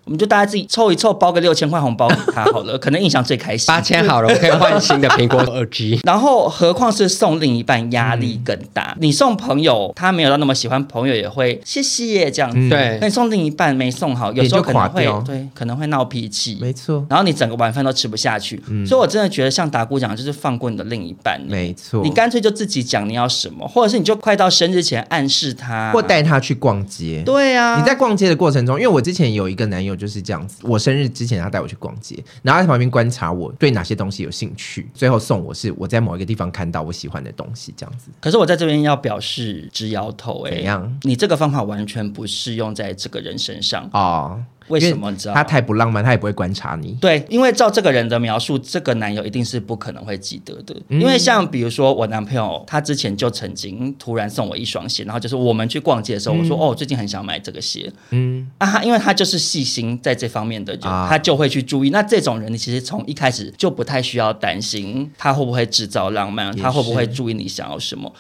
我们就大家自己凑一凑，包个六千块红包
[laughs]
给他好了，可能印象最开心
八。千好了，我可以换新的苹果耳机。
然后，何况是送另一半，压力更大。
嗯
你送朋友，他没有到那么喜欢，朋友也会谢谢这样子。
对
那你送另一半没送好，有时候可能会
嗯脸就垮掉
对，可能会闹脾气。
没错，
然后你整个晚饭都吃不下去。所以我真的觉得像达姑讲，的，就是放过你的另一半。
没错。
你干脆就自己讲你要什么，或者是你就快到生日前暗示他，
或带他去逛街。
对啊，
你在逛街的过程中，因为我之前有一个男友就是这样子，我生日之前他带我去逛街，然后他在旁边观察我对哪些东西有兴趣，最后送我是我在某一个地方看到我喜欢的东西，这样子。
可是我在这边要表示直摇头、欸，
怎样？
你这个方法完全不适用在这个人身上，
哦，
为什么你知道吗
他太不浪漫，他也不会观察你。
对，因为照这个人的描述，这个男友一定是不可能会记得的。
嗯
因为像比如说我男朋友，他之前就曾经突然送我一双鞋，然后就是我们去逛街的时候，
嗯
我说、哦，我最近很想买这个鞋，嗯啊，他因为他就是细心在这方面的人，
啊
他就会去注意。那这种人，你其实从一开始就不太需要担心他会不会制造浪漫，
也
他会不会
是嗯
注意你想要什么。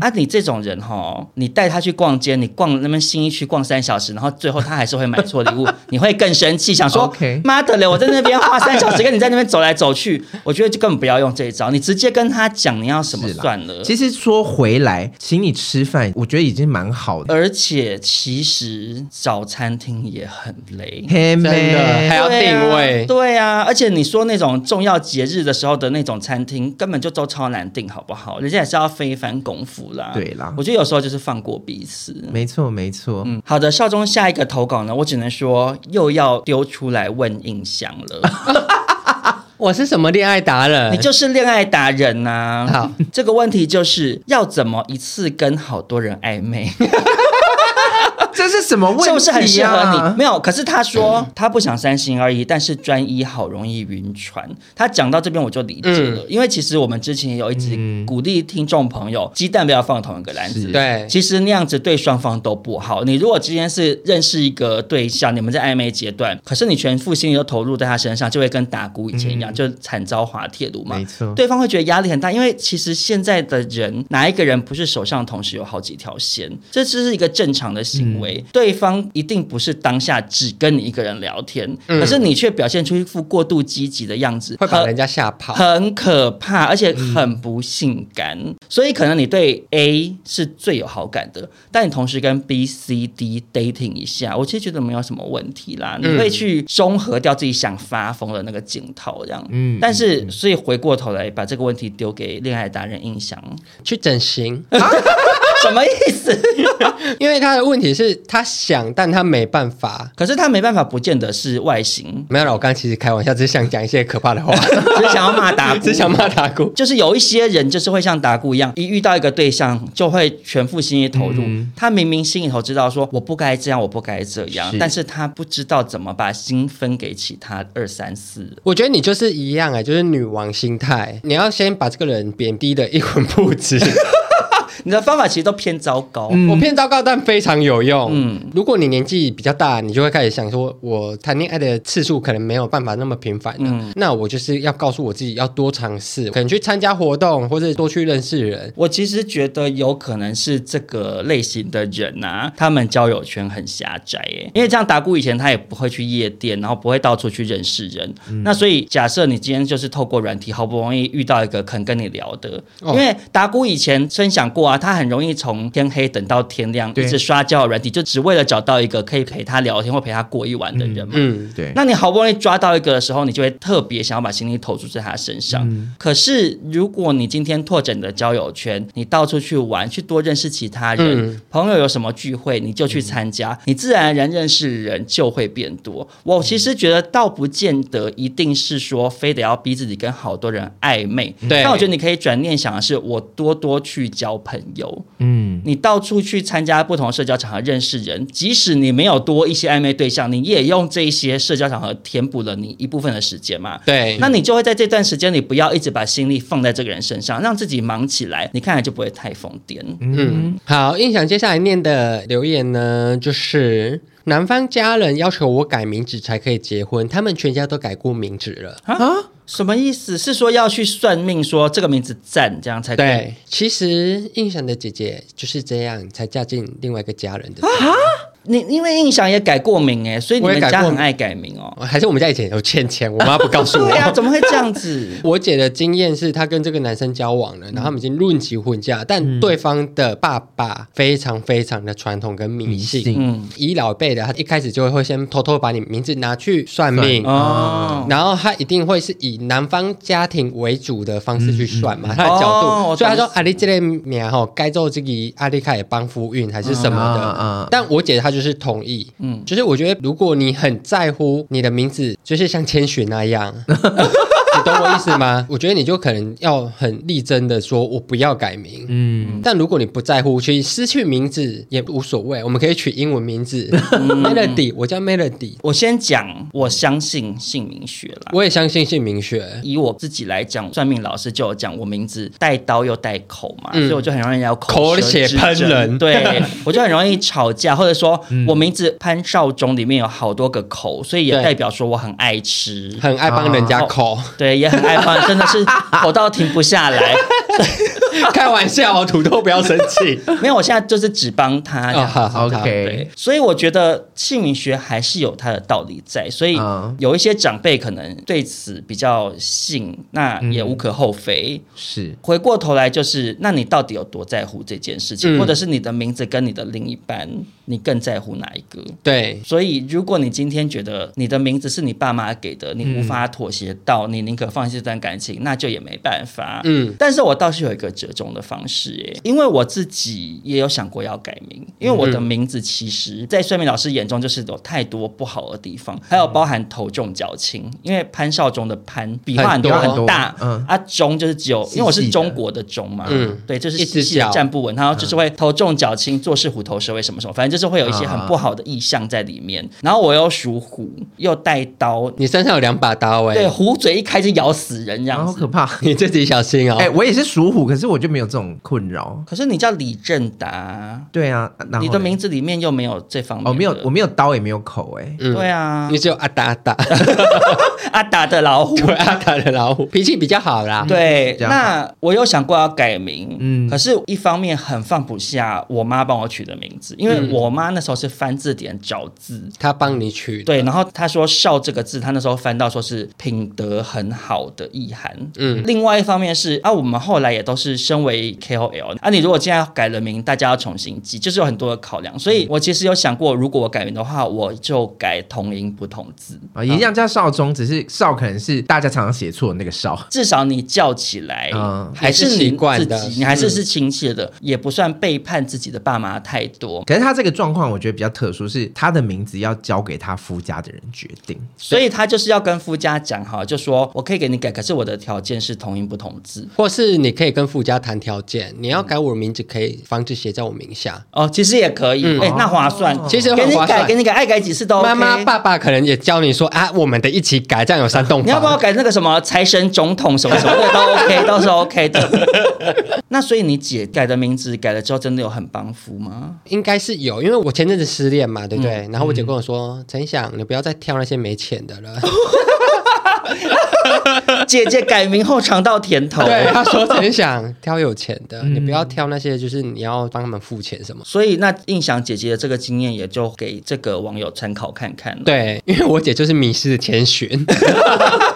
啊，你这种人哈，你带他去逛街，你逛那边新一区逛三小时，然后最后他还是会买错礼
[laughs]
物，你会更生气，想说
OK
妈的嘞，我在那边花三小时跟你在那边走来走去， [laughs] 我觉得就根本不要用这一招，你直接跟他讲你要什么
是啦
算了。
其实说回来，请你吃饭，我觉得已经蛮好的。
而且其实找餐厅也很累。
真
真的还要
对啊
定位
对啊，而且你说那种重要节日的时候的那种餐厅，根本就都超难订，好不好？人家也是要费一番功夫啦。
对啦
我觉得有时候就是放过彼此。
没错没错。
嗯，好的，少中下一个投稿呢，我只能说又要丢出来问印象了。
我是什么恋爱达人？
你就是恋爱达人呐、
哎好，
这个问题就是要怎么一次跟好多人暧昧，
这是什么问题、啊？
是不是很适合你？没有，可是他说他不想三心二意，但是专一好容易晕船。他讲到这边我就理解了，因为其实我们之前也有一直鼓励听众朋友，鸡蛋不要放同一个篮子。
对，
其实那样子对双方都不好。你如果今天是认识一个对象，你们在暧昧阶段，可是你全副心力都投入在他身上，就会跟打鼓以前一
嗯
样，就惨遭滑铁卢嘛。
没错
对方会觉得压力很大，因为其实现在的人哪一个人不是手上同时有好几条线？这只是一个正常的行为，
嗯
对方一定不是当下只跟你一个人聊天，可是你却表现出一副过度积极的样子，
嗯会把
很
人家吓跑。
很可怕，而且很不性感。所以可能你对 A 是最有好感的，但你同时跟 B、C、D dating 一下，我其实觉得没有什么问题啦。你会去中和掉自己想发疯的那个镜头，这样。嗯。但是，所以回过头来把这个问题丢给恋爱达人印象，
去整形，
什么意 [laughs] 思？
因为他的问题是他想，但他没办法。
可是他没办法，不见得是外形， [laughs]
没有啦，我刚刚其实开玩笑，只是想讲一些可怕的话，
[laughs] 只是想要骂打鼓
只。想骂 [laughs] 打鼓。
就是有一些人就是会像达姑一样，一遇到一个对象就会全副心意投入。他明明心里头知道说我不该这样，我不该这样，
是
但是他不知道怎么把心分给其他二三四。
我觉得你就是一样哎、就是女王心态，你要先把这个人贬低的一文不值。
你的方法其实都偏糟糕。
我骗糟糕，但非常有用。嗯，如果你年纪比较大，你就会开始想说，我谈恋爱的次数可能没有办法那么频繁了。那我就是要告诉我自己要多尝试，可能去参加活动，或者多去认识人。
我其实觉得有可能是这个类型的人啊，他们交友圈很狭窄耶。因为像达姑以前他也不会去夜店，然后不会到处去认识人。那所以假设你今天就是透过软体，好不容易遇到一个肯跟你聊的，
哦
因为达姑以前分享过啊，他很容易从天黑等到天亮，
对
一直刷交友软体，就只为了找到一个可以陪他聊天或陪他过一晚的人嘛。
嗯，
对，
那你好不容易抓到一个的时候，你就会特别想要把精力投注在他身上。
嗯
可是如果你今天拓展你的交友圈，你到处去玩，去多认识其他人，
嗯
朋友有什么聚会你就去参加，你自然而然认识人就会变多。我其实觉得倒不见得一定是说非得要逼自己跟好多人暧昧，
对
但我觉得你可以转念想的是，我多多去交朋友。
嗯，
你到处去参加不同社交场合认识人，即使你没有多一些暧昧对象，你也用这一些社交场合填补了你一部分的时间嘛。
对。
那你就会在这段时间里不要一直把心力放在这个人身上，让自己忙起来，你看来就不会太疯癫。
嗯，好，印象接下来念的留言呢，就是男方家人要求我改名字才可以结婚，他们全家都改过名字了。
什么意思？是说要去算命，说这个名字赞，这样才可以
对，其实印象的姐姐就是这样才嫁进另外一个家人的，
你因为印象也改过名哎，所以你
我也
们
改
家
过
很
名
爱改名哦。
还是我们家以前有欠钱，我妈不告诉我。
对啊呀、怎么会这样
[laughs]
子？
我姐的经验是，她跟这个男生交往了，然后他们已经论及婚
嗯
嫁，但对方的爸爸非常非常的传统跟迷信。
迷信
嗯，
以老辈的，他一开始就会先偷偷把你名字拿去算命，
哦，
然后他一定会是以男方家庭为主的方式去算嘛，他的角度。
哦我懂
所以他说：“啊，你这类名吼，该做这个阿丽卡也帮夫运还是什么的。
嗯嗯嗯嗯
但我姐她就是同意，嗯，就是我觉得如果你很在乎你的名字，就是像千寻那样。你懂我意思吗？我觉得你就可能要很力争的说，我不要改名。嗯，但如果你不在乎，其实失去名字也无所谓，我们可以取英文名字、Melody，我叫 Melody，
我先讲，我相信姓名学啦。
我也相信姓名学。
以我自己来讲，算命老师就有讲我名字带刀又带口嘛，
嗯
所以我就很容易有
口
舌
血
之
喷
争
人 [laughs]
对我就很容易吵架，或者说、我名字潘少忠里面有好多个口，所以也
对
代表说我很爱吃。
很爱帮人家
哦
口，
对，也很爱放，真的是口到停不下来。
[laughs] 开玩笑哦，土豆不要生
[laughs]
气。
没有，我现在就是只帮他这
哦，
样子
好好好
OK
对，所以我觉得姓名学还是有它的道理在，所以
嗯
有一些长辈可能对此比较信，那也无可厚非。
是
回过头来就是，那你到底有多在乎这件事情，
嗯
或者是你的名字跟你的另一半，你更在乎哪一个？
对，
所以，如果你今天觉得你的名字是你爸妈给的，
嗯
你无法妥协到，你宁可放弃这段感情，那就也没办法。
嗯
但是我倒是有一个折中的方式、耶。因为我自己也有想过要改名，因为我的名字其实，在算命老师眼中就是有太多不好的地
嗯
方，还有包含头重脚轻，因为潘少忠的潘笔画很多
很多
很大，
嗯
啊中就是只有，因为我是中国的中嘛，
嗯
对，就是
一只
细
嗯
细的
脚
站不稳，然后就是会头重脚轻，做事虎头蛇尾什么什么，反正就是会有一些很
啊
不好的意象在里面。然后我又属虎，又带刀，
你身上有两把刀哎、
对，虎嘴一开就咬死人这
啊
样
好
子。
可怕。
你自己小心哦、
哎、我也是属虎，可是我就没有这种困扰。
可是你叫李正达，
对啊，然后
你的
嘞
名字里面又没有这方面的。
哦，没有，我没有刀，也没有口、哎、
嗯
对啊
你，只有阿
[laughs]
达阿达，
阿达的老
[laughs]
虎。
对阿达的老虎，脾气比较好啦。
对，
嗯这样
那我有想过要改名，
嗯
可是一方面很放不下我妈帮我取的名字，因
嗯
为我妈那时候是翻字典找字，
他帮你取的，
对，然后他说“孝”这个字，他那时候翻到说是品德很好的意涵。嗯，另外一方面是啊，我们后来也都是身为 KOL 啊，你如果现在要改了名，大家要重新记，就是有很多的考量。所以我其实有想过，如果我改名的话，我就改同音不同字。
啊，一样叫少中，只是少可能是大家常常写错的那个少。
至少你叫起来、
嗯
还是
啊也是
你
习惯
自
的嗯
己，你还是是亲切的，也不算背叛自己的爸妈太多。
可是他这个状况，我觉得比较特殊，是他的名字要交给他夫家的人决定。
所以他就是要跟夫家讲好，就说我可以给你改，可是我的条件是同音不同字。
或是你可以跟附加谈条件，你要改我的名字，可以房子写在我名下。
哦，其实也可以，哎、那划算。
其实很
给你
划
改，
算
给你改，爱改几次都 OK。
妈妈、爸爸可能也教你说啊，我们的一起改，这样有三栋
你要帮我
房。
改那个什么财神总统什么什么的都 OK，都是 OK 的。那所以你姐改的名字改了之后，真的有很帮扶吗？
应该是有，因为我前阵子失恋嘛，对不
嗯
对？然后我姐跟我说：“陈想，你不要再挑那些没钱的了。
姐姐改名后尝到甜”头。
对，她说：“陈想，挑有钱的，
嗯
你不要挑那些就是你要帮他们付钱什么。”
所以那印象姐姐的这个经验，也就给这个网友参考看看。，
对，因为我姐就是迷失的前巡，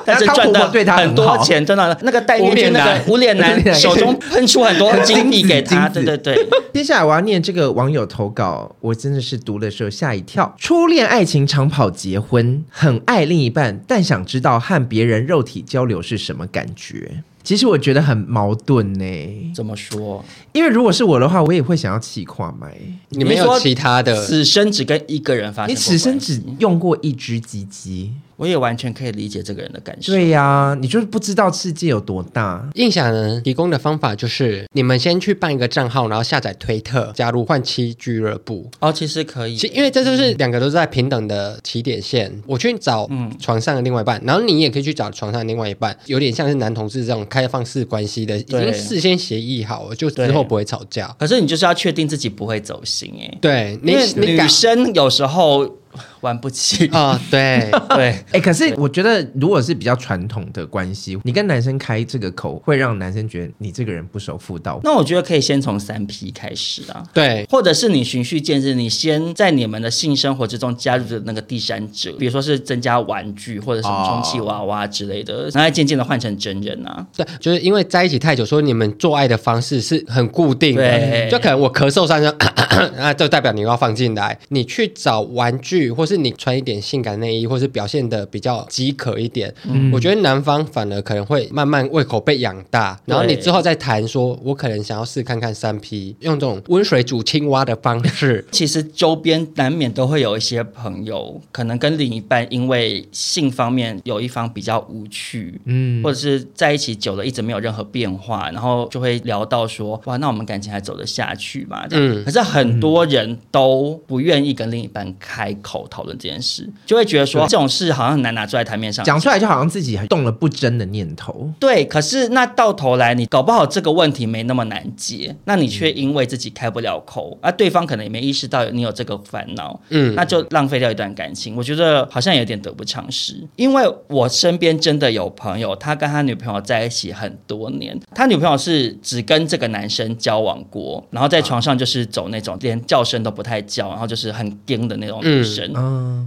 但是
她
赚
婆
到
婆对她很
很多
好
钱，赚到那个戴面具
无脸
那
男
个无脸
无脸
男
男
手中喷出很多金币给他，
金
对
子
对对。
接下来我要念这个网友投稿，我真的是读的时候吓一跳。初恋爱情长跑结婚，很爱另一半，但想知道和别人肉体交流是什么感觉。其实我觉得很矛盾呢、
怎么说？
因为如果是我的话，我也会想要气跨麦。
你没有其他的。
此生只跟一个人发生
你
过
此生
关系
只用过一只鸡鸡，
我也完全可以理解这个人的感受。
对呀、你就是不知道世界有多大。
印象呢提供的方法就是，你们先去办一个账号，然后下载推特，加入换妻俱乐部。
哦，其实可以
其，因为这就是两个都是在平等的起点线，我去找
嗯
床上的另外一半，然后你也可以去找床上的另外一半，有点像是男同志这种开放式关系的，已
对
经事先协议好了，就之后不会吵架。
可是你就是要确定自己不会走心哎、
对你
因为，
你
女
敢
生有时候玩不起。
[laughs] 啊、对，
对，
哎、可是我觉得，如果是比较传统的关系，你跟男生开这个口，会让男生觉得你这个人不守妇道。
那我觉得可以先从三 P 开始啊。
对，
或者是你循序渐进，你先在你们的性生活之中加入的那个第三者，比如说是增加玩具或者什么
啊
充气娃娃之类的，然后再渐渐的换成真人啊。
对，就是因为在一起太久，所以你们做爱的方式是很固定
对
的。就 [coughs] 可能我咳嗽三声，咳咳咳那就代表你要放进来。你去找玩具，或是你穿一点性感内衣，或是表现的比较饥渴一点，我觉得男方反而可能会慢慢胃口被养大，然后你
对。
之后再谈说，我可能想要试看看三 P，用这种温水煮青蛙的方式
其实周边难免都会有一些朋友，可能跟另一半因为性方面有一方比较无趣，嗯，或者是在一起久了一直没有任何变化，然后就会聊到说，哇，那我们感情还走得下去吗？嗯，
嗯
可是很多人都不愿意跟另一半开口讨论这件事，就会觉得说这种事好像很难拿出来台面上
讲出来就好像自己动了不争的念头。
对，可是那到头来，你搞不好这个问题没那么难解，那你却因为自己开不了口，啊，对方可能也没意识到你有这个烦恼，嗯，那就浪费掉一段感情。我觉得好像有点得不偿失，因为我身边真的有朋友，他跟他女朋友在一起很多年，他女朋友是只跟这个男生交往过，然后在床上就是走那种连叫声都不太叫，然后就是很硬的那种
嗯
女生。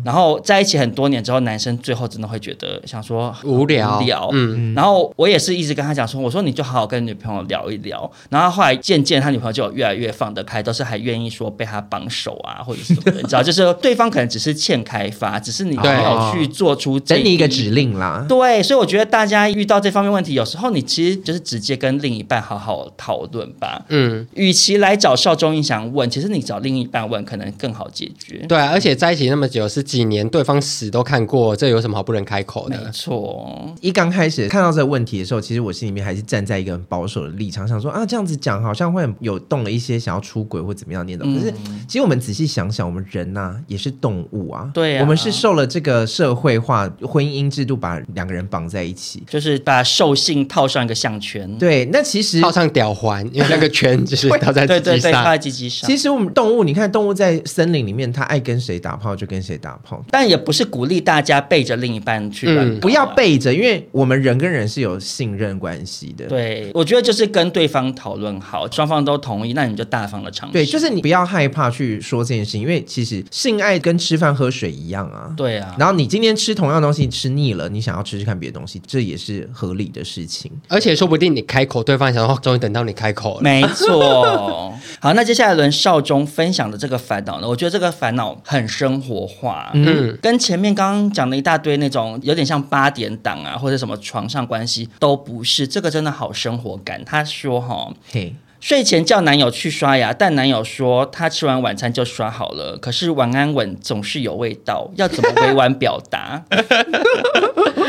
然后在一起很多年之后，男生最后真的会觉得想说
无聊
无聊。
嗯，
然后我也是一直跟他讲说，我说你就好好跟女朋友聊一聊。然后后来渐渐他女朋友就有越来越放得开，都是还愿意说被他绑手啊，或者是什么的，你知道，就是对方可能只是欠开发，只是你没
对
有去做出这
哦等你一个指。令啦。
对，所以我觉得大家遇到这方面问题，有时候你其实就是直接跟另一半好好讨论吧。
嗯，
与其来找少中印象问，其实你找另一半问可能更好解决。
对啊，而且在一起那么久，是几年，对方死都看过，这有什么好不能开口
没
的？
错，
一刚开始看到这个问题的时候，其实我心里面还是站在一个很保守的立场，想说啊，这样子讲好像会很有动了一些想要出轨或怎么样的念头。
嗯
可是其实我们仔细想想，我们人呐、也是动物啊，
对啊
我们是受了这个社会化婚姻制度把两个人绑在一起。
就是把兽性套上一个项圈。
对，那其实
套上吊环，因为那个圈就是套在
对
自己
对对，套
上。
在鸡鸡上。
其实我们动物，你看动物在森林里面，它爱跟谁打炮就跟谁打炮，
但也不是鼓励大家背着另一半去乱搞啊
嗯不要。背着，因为我们人跟人是有信任关系的。
对，我觉得就是跟对方讨论好，双方都同意，那你就大方的尝试。
对，就是你不要害怕去说这件事情，因为其实性爱跟吃饭喝水一样啊。
对啊。
然后你今天吃同样的东西吃腻了，你想要吃吃看别的东西，这也是合理的事情。
而且说不定你开口，对方想说哦终于等到你开口了。
没错， [laughs] 好，那接下来轮少中分享的这个烦恼呢，我觉得这个烦恼很生活化，嗯，跟前面刚刚讲的一大堆那种有点像八点档啊，或者什么床上关系都不是，这个真的好生活感。他说哈，
嘿，
睡前叫男友去刷牙，但男友说他吃完晚餐就刷好了。可是晚安吻总是有味道，要怎么委婉表达？ [laughs]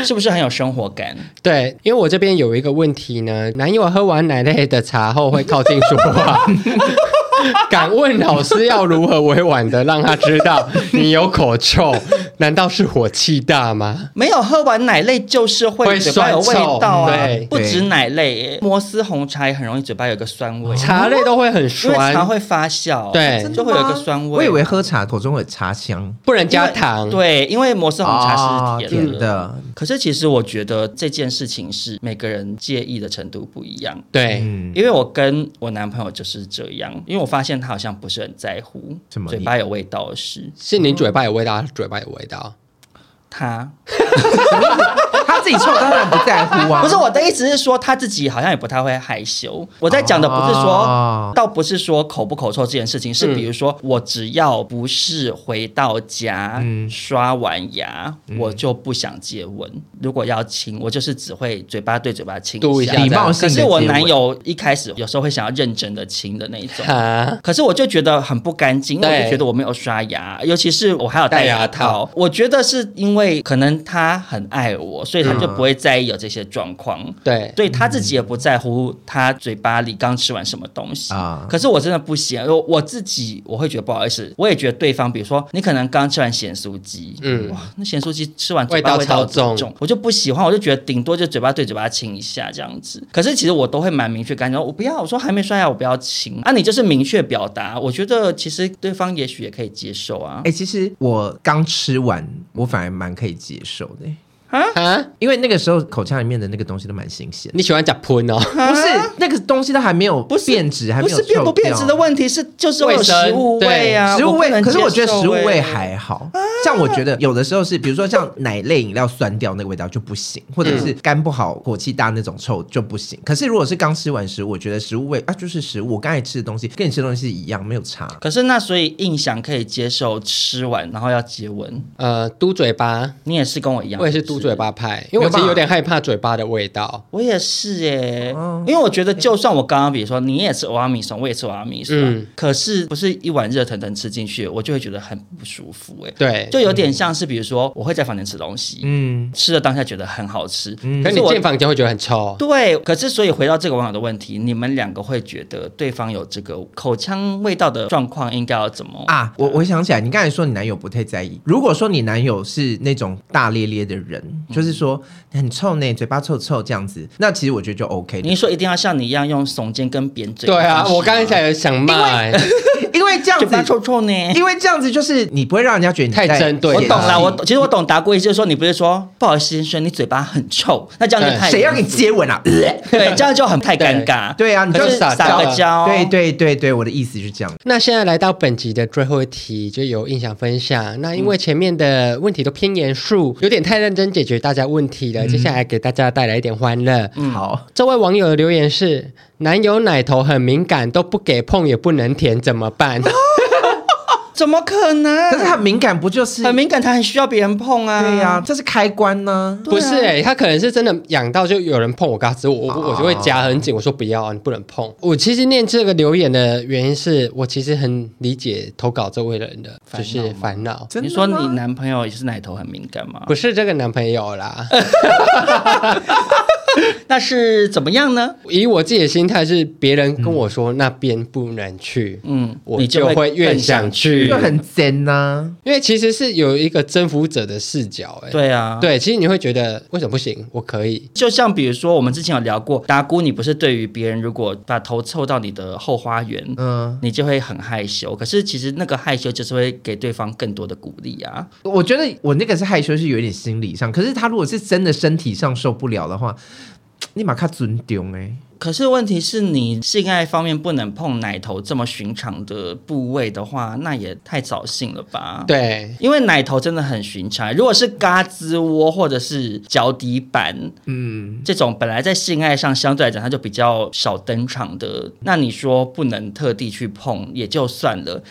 是不是很有生活感？
对，因为我这边有一个问题呢，男友喝完奶类的茶后会靠近说话， [laughs] 敢问老师要如何委婉的让他知
[laughs]
道你有口臭？难道是火气大吗？
没有喝完奶类就是会
会
嘴巴有味
酸臭
道啊
对，
不止奶类耶，摩斯红茶也很容易嘴巴有一个酸味，
茶类都会很
哦因为茶
酸，
会发酵，
对
真的
就会有一个
吗
酸味。啊
我以为喝茶口中有茶香，
不能
因为
加糖。
对，因为摩斯红茶是
哦
甜的。
的。
可是其实我觉得这件事情是每个人介意的程度不一样。
对，
嗯，
因为我跟我男朋友就是这样，因为我发现他好像不是很在乎
什么
嘴巴有味道的事。
是你嘴巴有味道，他嘴巴有味道。啊
他
他自己臭当然不在乎啊。
[laughs] 不是我的意思是说，他自己好像也不太会害羞。我在讲的不是说，
哦
倒不是说口不口臭这件事情，是
啊嗯
比如说我只要不是回到家、
嗯
刷完牙，我就不想接吻。如果要亲，我就是只会嘴巴对嘴巴亲
嘟一下
礼貌
可
性的
是我
接吻
男友一开始有时候会想要认真的亲的那一种。
啊，
可是我就觉得很不干净，因为
对
我就觉得我没有刷牙，尤其是我还有戴
戴
牙
牙
套。我觉得是因为可能他很爱我，所以他就不会在意有这些状况。
对，
对他自己也不在乎他嘴巴里刚吃完什么东西
啊
可是我真的不行，我我自己我会觉得不好意思，我也觉得对方，比如说你可能刚吃完咸酥鸡，嗯，哇，那咸酥鸡吃完嘴巴
味道超
重
重
重，我就不喜欢，我就觉得顶多就嘴巴对嘴巴亲一下这样子。可是其实我都会蛮明确跟他讲，我不要，我说还没刷牙，我不要亲啊，你就是明确表达，我觉得其实对方也许也可以接受啊
哎、。其实我刚吃完，我反而蛮可以接受的、
啊，
因为那个时候口腔里面的那个东西都蛮新鲜的。
你喜欢讲喷哦？
不是那个东西都还没有
不是
变质，还
不
没有
是变不
臭掉
变质的问题，是就是会有
卫生
食物味啊，
食物味
不，能
可是我觉得
接受
食物味
欸
还好。像我觉得有的时候是，比如说像奶类饮料酸掉那个味道就不行，或者
嗯
是肝不好、火气大那种臭就不行。可是如果是刚吃完食物，我觉得食物味啊就是食物，我刚才吃的东西跟你吃的东西一样，没有差。
可是那所以印象可以接受吃完然后要接吻，
呃，嘟嘴巴，
你也是跟我一样，
我也是嘟嘴巴派，因为我其实有点害怕嘴巴的味道。
我也是耶、因为我觉得就算我刚刚比如说你也吃瓦米松，我也吃瓦米松，
嗯
可是不是一碗热腾腾吃进去，我就会觉得很不舒服哎、
对，
就有点像是比如说我会在房间吃东西，
嗯，
吃了当下觉得很好吃，
嗯可
是
你
我
进房间会觉得很臭。
对，可是所以回到这个网友的问题，你们两个会觉得对方有这个口腔味道的状况应该要怎
啊
么？
啊，我我想起来，你刚才说你男友不太在意。如果说你男友是那种大咧咧的人，就是说你很臭呢，嘴巴臭臭这样子，那其实我觉得就 OK 的
嗯你，说一定要像你一样用耸肩跟扁嘴的
对
方式吗？
啊，我刚才想想骂、欸，
因为这样
嘴巴
子，
臭臭呢。
因为这样子就是你不会让人家觉得你
太
在
针对
嫌
我
弃
懂了，我懂其实我懂达过意思，就是说你不是说不好意思先生，你嘴巴很臭，那这样就
对
太
谁要跟你接吻啊？
对，这样就很太尴尬。
对啊，你就
就是是
撒
撒
娇啊
个娇，
对对对对，我的意思是这样。
[laughs] 那现在来到本集的最后一题，就由印象分享。那因为前面的问题都偏严肃，有点太认真解决大家问题了，接下来给大家带来一点欢乐。
好，
这位网友的留言是：男友奶头很敏感，都不给碰也不能舔，怎么办？
怎么可能？
可是很敏感，不就是
很敏感，他很需要别人碰啊。
对呀、这是开关呢、
不是哎、他可能是真的痒到就有人碰我嘎吱，我
哦
我我就会夹很紧，我说不要、啊，你不能碰。我其实念这个留言的原因是我其实很理解投稿这位人的就是烦恼，
真的
你说
吗
你男朋友也是奶头很敏感吗
不？是这个男朋友
嗯
啦。
那是怎么样呢？
以我自己的心态是，别人跟我说那边不能去，
嗯，
我
你
就
会
会越
更
想
想
去
就，很尖呢、
因为其实是有一个征服者的视角、哎，
对啊，。
对，其实你会觉得为什么不行？我可以，
就像比如说，我们之前有聊过，达姑，你不是对于别人如果把头凑到你的后花园，
嗯，
你就会很害羞。可是其实那个害羞就是会给对方更多的鼓励啊。
我觉得我那个是害羞，是有点心理上。可是他如果是真的身体上受不了的话，立马看尊丢哎，
可是问题是你性爱方面不能碰奶头这么寻常的部位的话，那也太扫兴了吧？。
对，
因为奶头真的很寻常，如果是嘎吱窝或者是脚底板，
嗯，
这种本来在性爱上相对来讲它就比较少登场的，那你说不能特地去碰也就算了。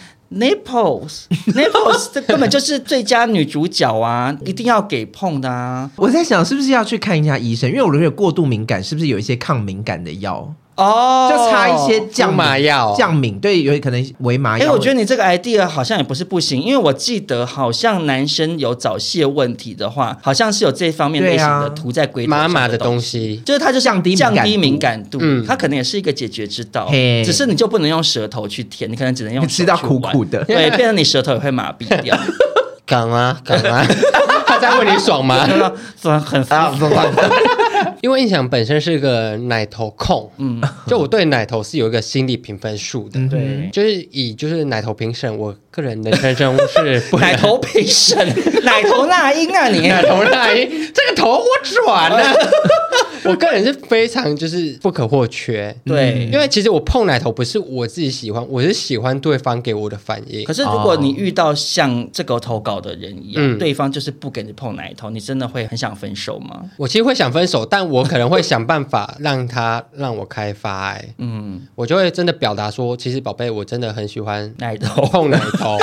Naples，Naples，这
[laughs]
根本就是最佳女主角啊，一定要给碰的啊！
我在想是不是要去看一下医生，因为我觉得过度敏感是不是有一些抗敏感的药，
哦
就擦一些降
敷
敏
麻药
降敏，对，有可能为麻
哎、
药。
我觉得你这个 idea 好像也不是不行，因为我记得好像男生有早泄问题的话，好像是有这方面类型的
对啊
涂在龟头
妈
上
妈
的
的
东
东
西。
西，
就是它就是
降低敏
降
感
低
度
敏感度，
嗯
它可能也是一个解决之道，
嘿
只是你就不能用舌头去舔，你可能只能用
你吃到
手去
苦
玩
苦的。
对，变成你舌头也会麻痹 [laughs] 掉。
敢啊敢
[laughs]
啊，他在问你爽吗？
真的很很烦，
[laughs] 因为印象本身是个奶头控，嗯，就我对奶头是有一个心理评分数的，
对
就是以就是奶头评审，我个人人生中
[laughs]
是不能
奶头评 [laughs] 审，奶啊头那英啊你。
奶头
[laughs]
大衣，这个头我转
哎
了。 [laughs] 我个人是非常就是不可或缺，
对
因为其实我碰奶头不是我自己喜欢，我是喜欢对方给我的反应
可。是如果你遇到像这个投稿的人一样，
嗯
对方就是不给你碰奶头，你真的会很想分手吗？
我其实会想分手，但我可能会想办法让他让我开发、哎，
嗯，
我就会真的表达说，其实宝贝，我真的很喜欢
奶头 [laughs]
碰奶头。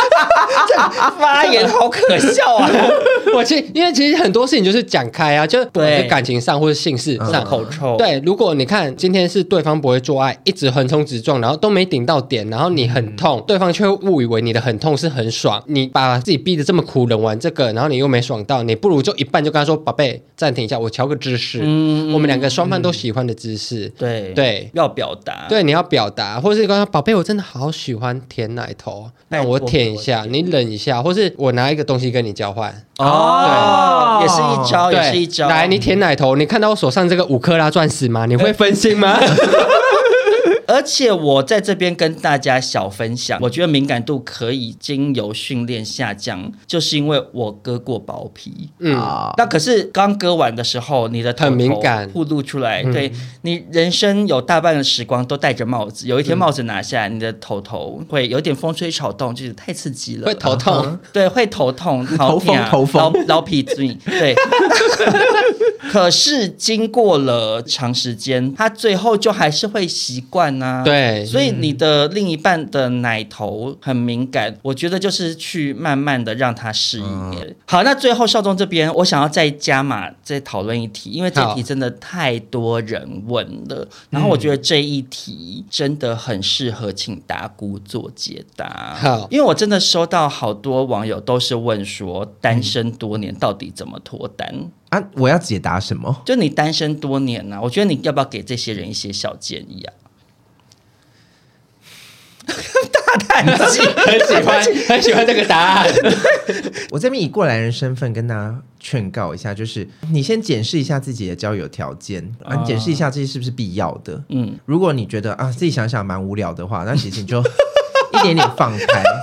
发言好可笑 [laughs] 啊！
[laughs] 我其实因为其实很多事情就是讲开啊，就不管是
对嗯
感情上或是性事上，
口臭，，
对，如果你看今天是对方不会做爱，一直横冲直撞，然后都没顶到点，然后你很
嗯
痛，对方却会误以为你的很痛是很爽，你把自己逼得这么苦，忍完这个，然后你又没爽到，你不如就一半就跟他说：“宝贝，暂停一下，我调个姿势，
嗯
我们两个双方都喜欢的姿势。
对
对
要表达，
对，你要表达，或是跟他宝贝，我真的好喜欢舔奶头，那
拜
我
托
舔一
给我
下，你忍一下，或是我拿一个东西跟你交换，
哦，也
对
是一招，哦也
对，
是一招。
来，你舔奶头，你看到我手上这个五克拉钻石吗？你会分
[laughs]
心吗？ [laughs]
而且我在这边跟大家小分享，我觉得敏感度可以经由训练下降，就是因为我割过包皮。
嗯。
啊，
那可是刚割完的时候，你的头
很敏感嗯
头暴露出来，对你人生有大半的时光都戴着帽子，有一
嗯
天帽子拿下来，你的头头会有点风吹草动，就是太刺激了，
会头痛，
对，会头痛，
嗯 [laughs] 头风
痛
头风
老老皮筋，对。 [laughs] 可是经过了长时间，他最后就还是会习惯啊呐、
[laughs] 对
所以你的另一半的奶头很敏感，我觉得就是去慢慢的让他适应。
嗯
好，那最后少宗这边，我想要再加码再讨论一题，因为这
好
题真的太多人问了，然后我觉得这一题真的很适合请达姑做解答。
好
因为我真的收到好多网友都是问说，单身多年到底怎么脱单？
啊，我要解答什么？
就你单身多年呐、我觉啊 [laughs] 得你要不要给这些人一些小建议啊？
叹气。
很喜欢，很喜欢这个答案。
我这边以过来人身份跟大家劝告一下，就是你先检视一下自己的交友条件，啊，你检视一下这些是不是必要的。
嗯
嗯，如果你觉得啊自己想想蛮无聊的话，那其实你就一点点放开。 [laughs]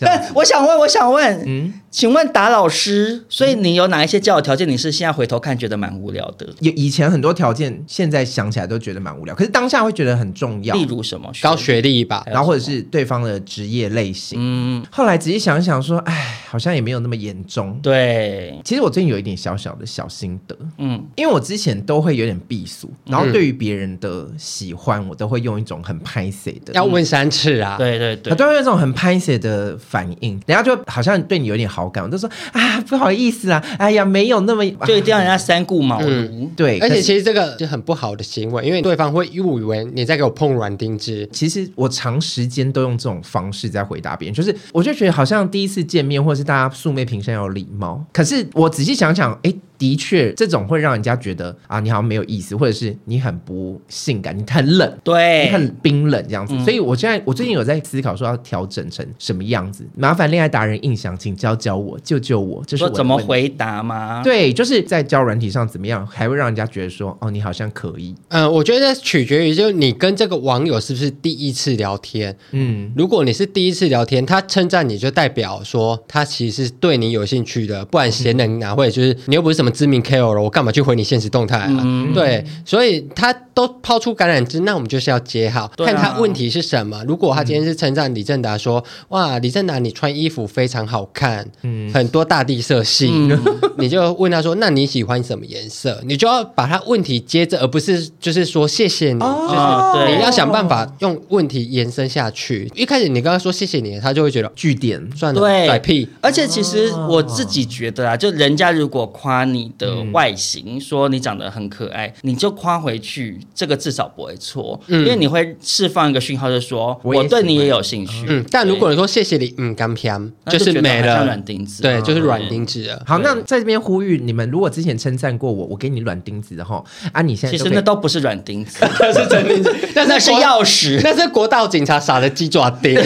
这样
但我想问，我想问，
嗯，
请问达老师，所以你有哪一些交友条件，你是现在回头看觉得蛮无聊的？
有以前很多条件，现在想起来都觉得蛮无聊，可是当下会觉得很重要
例。如什么？
高学历吧，
然后或者是对方的职业类型，
嗯，
后来仔细想想说，哎，好像也没有那么严重。
对，
其实我最近有一点小小的小心得，
嗯，
因为我之前都会有点避俗，
嗯
然后对于别人的喜欢，我都会用一种很拍 C 的，
要问三次啊。
对对
我
对，
都会有一种很拍 C 的反应，人家就好像对你有点好感，我就说啊 [laughs] 不好意思啦，哎呀没有
[laughs]
那么
就一定
啊
要人家三顾茅庐。
对，
而
可
且
是
其实这个是很不好的行为，因为对方会误以为你在给我碰软钉子。
其实我长时间都用这种方式在回答别人，就是我就觉得好像第一次见面，或者是大家素昧平生要有礼貌。可是我仔细想想，哎、的确这种会让人家觉得啊，你好像没有意思，或者是你很不性感，你很冷。你
对，
很冰冷这样
嗯
子，所以我现在我最近有在思考说要调整成什么样子。麻烦恋爱达人印象，请教教我，救救我，这是我
说
的
怎么
问题？
回答吗？，
对，就是在交友软体上怎么样，还会让人家觉得说哦，你好像可以，
嗯，我觉得取决于就是你跟这个网友是不是第一次聊天。
嗯，
如果你是第一次聊天，他称赞你就代表说他其实是对你有兴趣的，不然闲人哪会？就是你又不是什么知名 KOL，我干嘛去回你现实动态啊？
嗯
对，所以他都抛出橄榄枝，那我们就是要接好，
对啊
看他问题是什么。如果他今天是称赞李正达说：“
嗯
哇，李正达你穿衣服非常好看，很多大地色系。
嗯
[laughs] 你就问他说：“那你喜欢什么颜色？”你就要把他问题接着，而不是就是说谢谢你，
哦
就是
对
你要想办法用问题延伸下去。一开始你跟他说谢谢你，他就会觉得
据点
算了，
对
甩屁。
而且其实我自己觉得啊，就人家如果夸你的外
嗯
形，说你长得很可爱，你就夸回去，这个至少不会错，
嗯
因为你会释放一个讯号，就说
我也
我对你
喜欢
也有兴趣。
嗯，但如果你说谢谢你，嗯，干偏
那
就
就是觉得
没
好像
了
软，钉子，
对，就是软
嗯
钉子了。
好，那在这边呼吁你们，如果之前称赞过我，我给你软钉子的哈，啊，你现在
其
就
实
可以
那都不是软钉
[laughs]
子，
是真钉子，
[laughs] 那是
国
钥匙。
[laughs] 那是国道警察撒的鸡爪钉。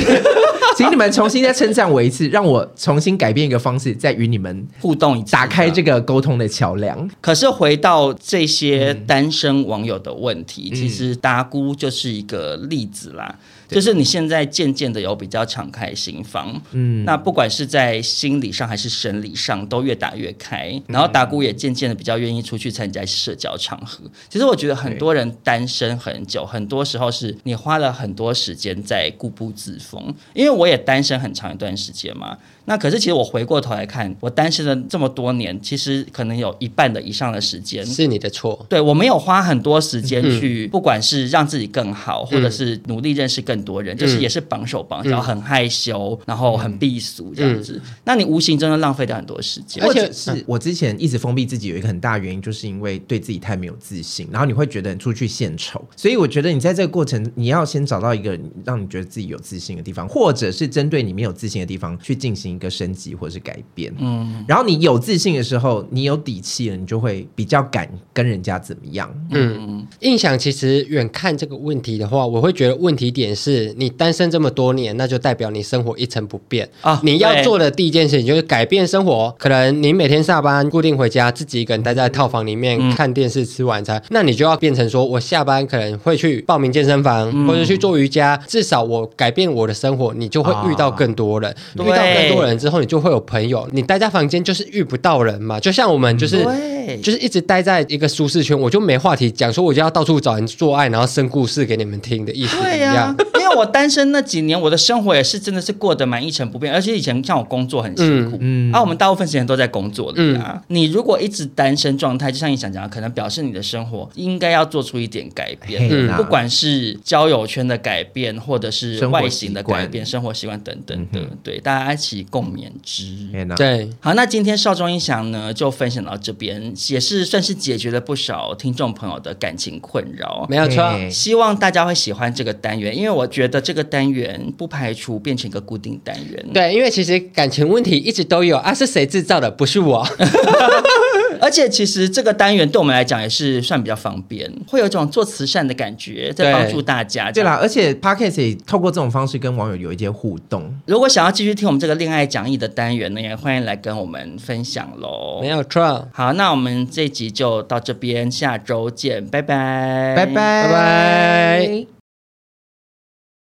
请你们重新再称赞我一次，让我重新改变一个方式，再与你们
互动一次，啊
打开这个沟通的桥梁。
可是回到这些单身网友的问题，其实达姑就是一个例子啦。就是你现在渐渐的有比较敞开心房，嗯，那不管是在心理上还是生理上，都越打越开。然后达姑也渐渐的比较愿意出去参加社交场合。其实我觉得很多人单身很久，很多时候是你花了很多时间在固步自封。因为我也单身很长一段时间嘛，那可是其实我回过头来看，我单身了这么多年，其实可能有一半的以上的时间
[laughs] 是你的错。
对我没有花很多时间去，不管是让自己更好，或者是努力认识更多人，就是也是绑手绑脚，很害羞，然后很避俗这样子。那你无形中就浪费掉很多时间
而。
或
且
者是我之前一直封闭自己，有一个很大原因，就是因为对自己太没有自信，然后你会觉得你出去献丑，所以我觉得你在这个过程，你要先找到一个让你觉得自己有自信的地方，或者是针对你没有自信的地方去进行一个升级或是改变。嗯，然后你有自信的时候，你有底气了，你就会比较敢跟人家怎么样。
嗯
嗯
印象其实远看这个问题的话，我会觉得问题点是你单身这么多年，那就代表你生活一成不变
啊
你要
对
做的第一件事情就是改变生活，可能你每天下班固定回家，自己一个人待在套房里面、
嗯
看电视、吃晚餐，那你就要变成说我下班可能会去报名健身房，或者去做瑜伽，至少我改变我的生活，你就会遇到更多人，
啊对
遇到更多人之后，你就会有朋友。你待在房间就是遇不到人嘛，就像我们就是。
嗯对
就是一直待在一个舒适圈，我就没话题讲，说我就要到处找人做爱，然后生故事给你们听的意思
对
一
呀、
样。
因为我单身那几年，我的生活也是真的是过得蛮一成不变，而且以前像我工作很辛苦，嗯，啊，我们大部分时间都在工作里啊。你如果一直单身状态，就像你想讲的，可能表示你的生活应该要做出一点改变，
嘿啦
不管是交友圈的改变，或者是
生活习惯
外形的改变、生活习惯等嗯等的，对，大家一起共勉之。
天哪
对，
好，那今天少中音响呢，就分享到这边，也是算是解决了不少听众朋友的感情困扰。
没有错。
嘿
希望大家会喜欢这个单元，因为我觉得这个单元不排除变成一个固定单元。
对，因为其实感情问题一直都有啊，是谁制造的？不是我。
而且其实这个单元对我们来讲也是算比较方便，会有一种做慈善的感觉，在帮助大家。
对啦，，而且 podcast 也透过这种方式跟网友有一些互动。
如果想要继续听我们这个恋爱讲义的单元呢，也欢迎来跟我们分享喽
没。有错。
好，那我们这集就到这边，下周见，拜拜，
拜拜
拜拜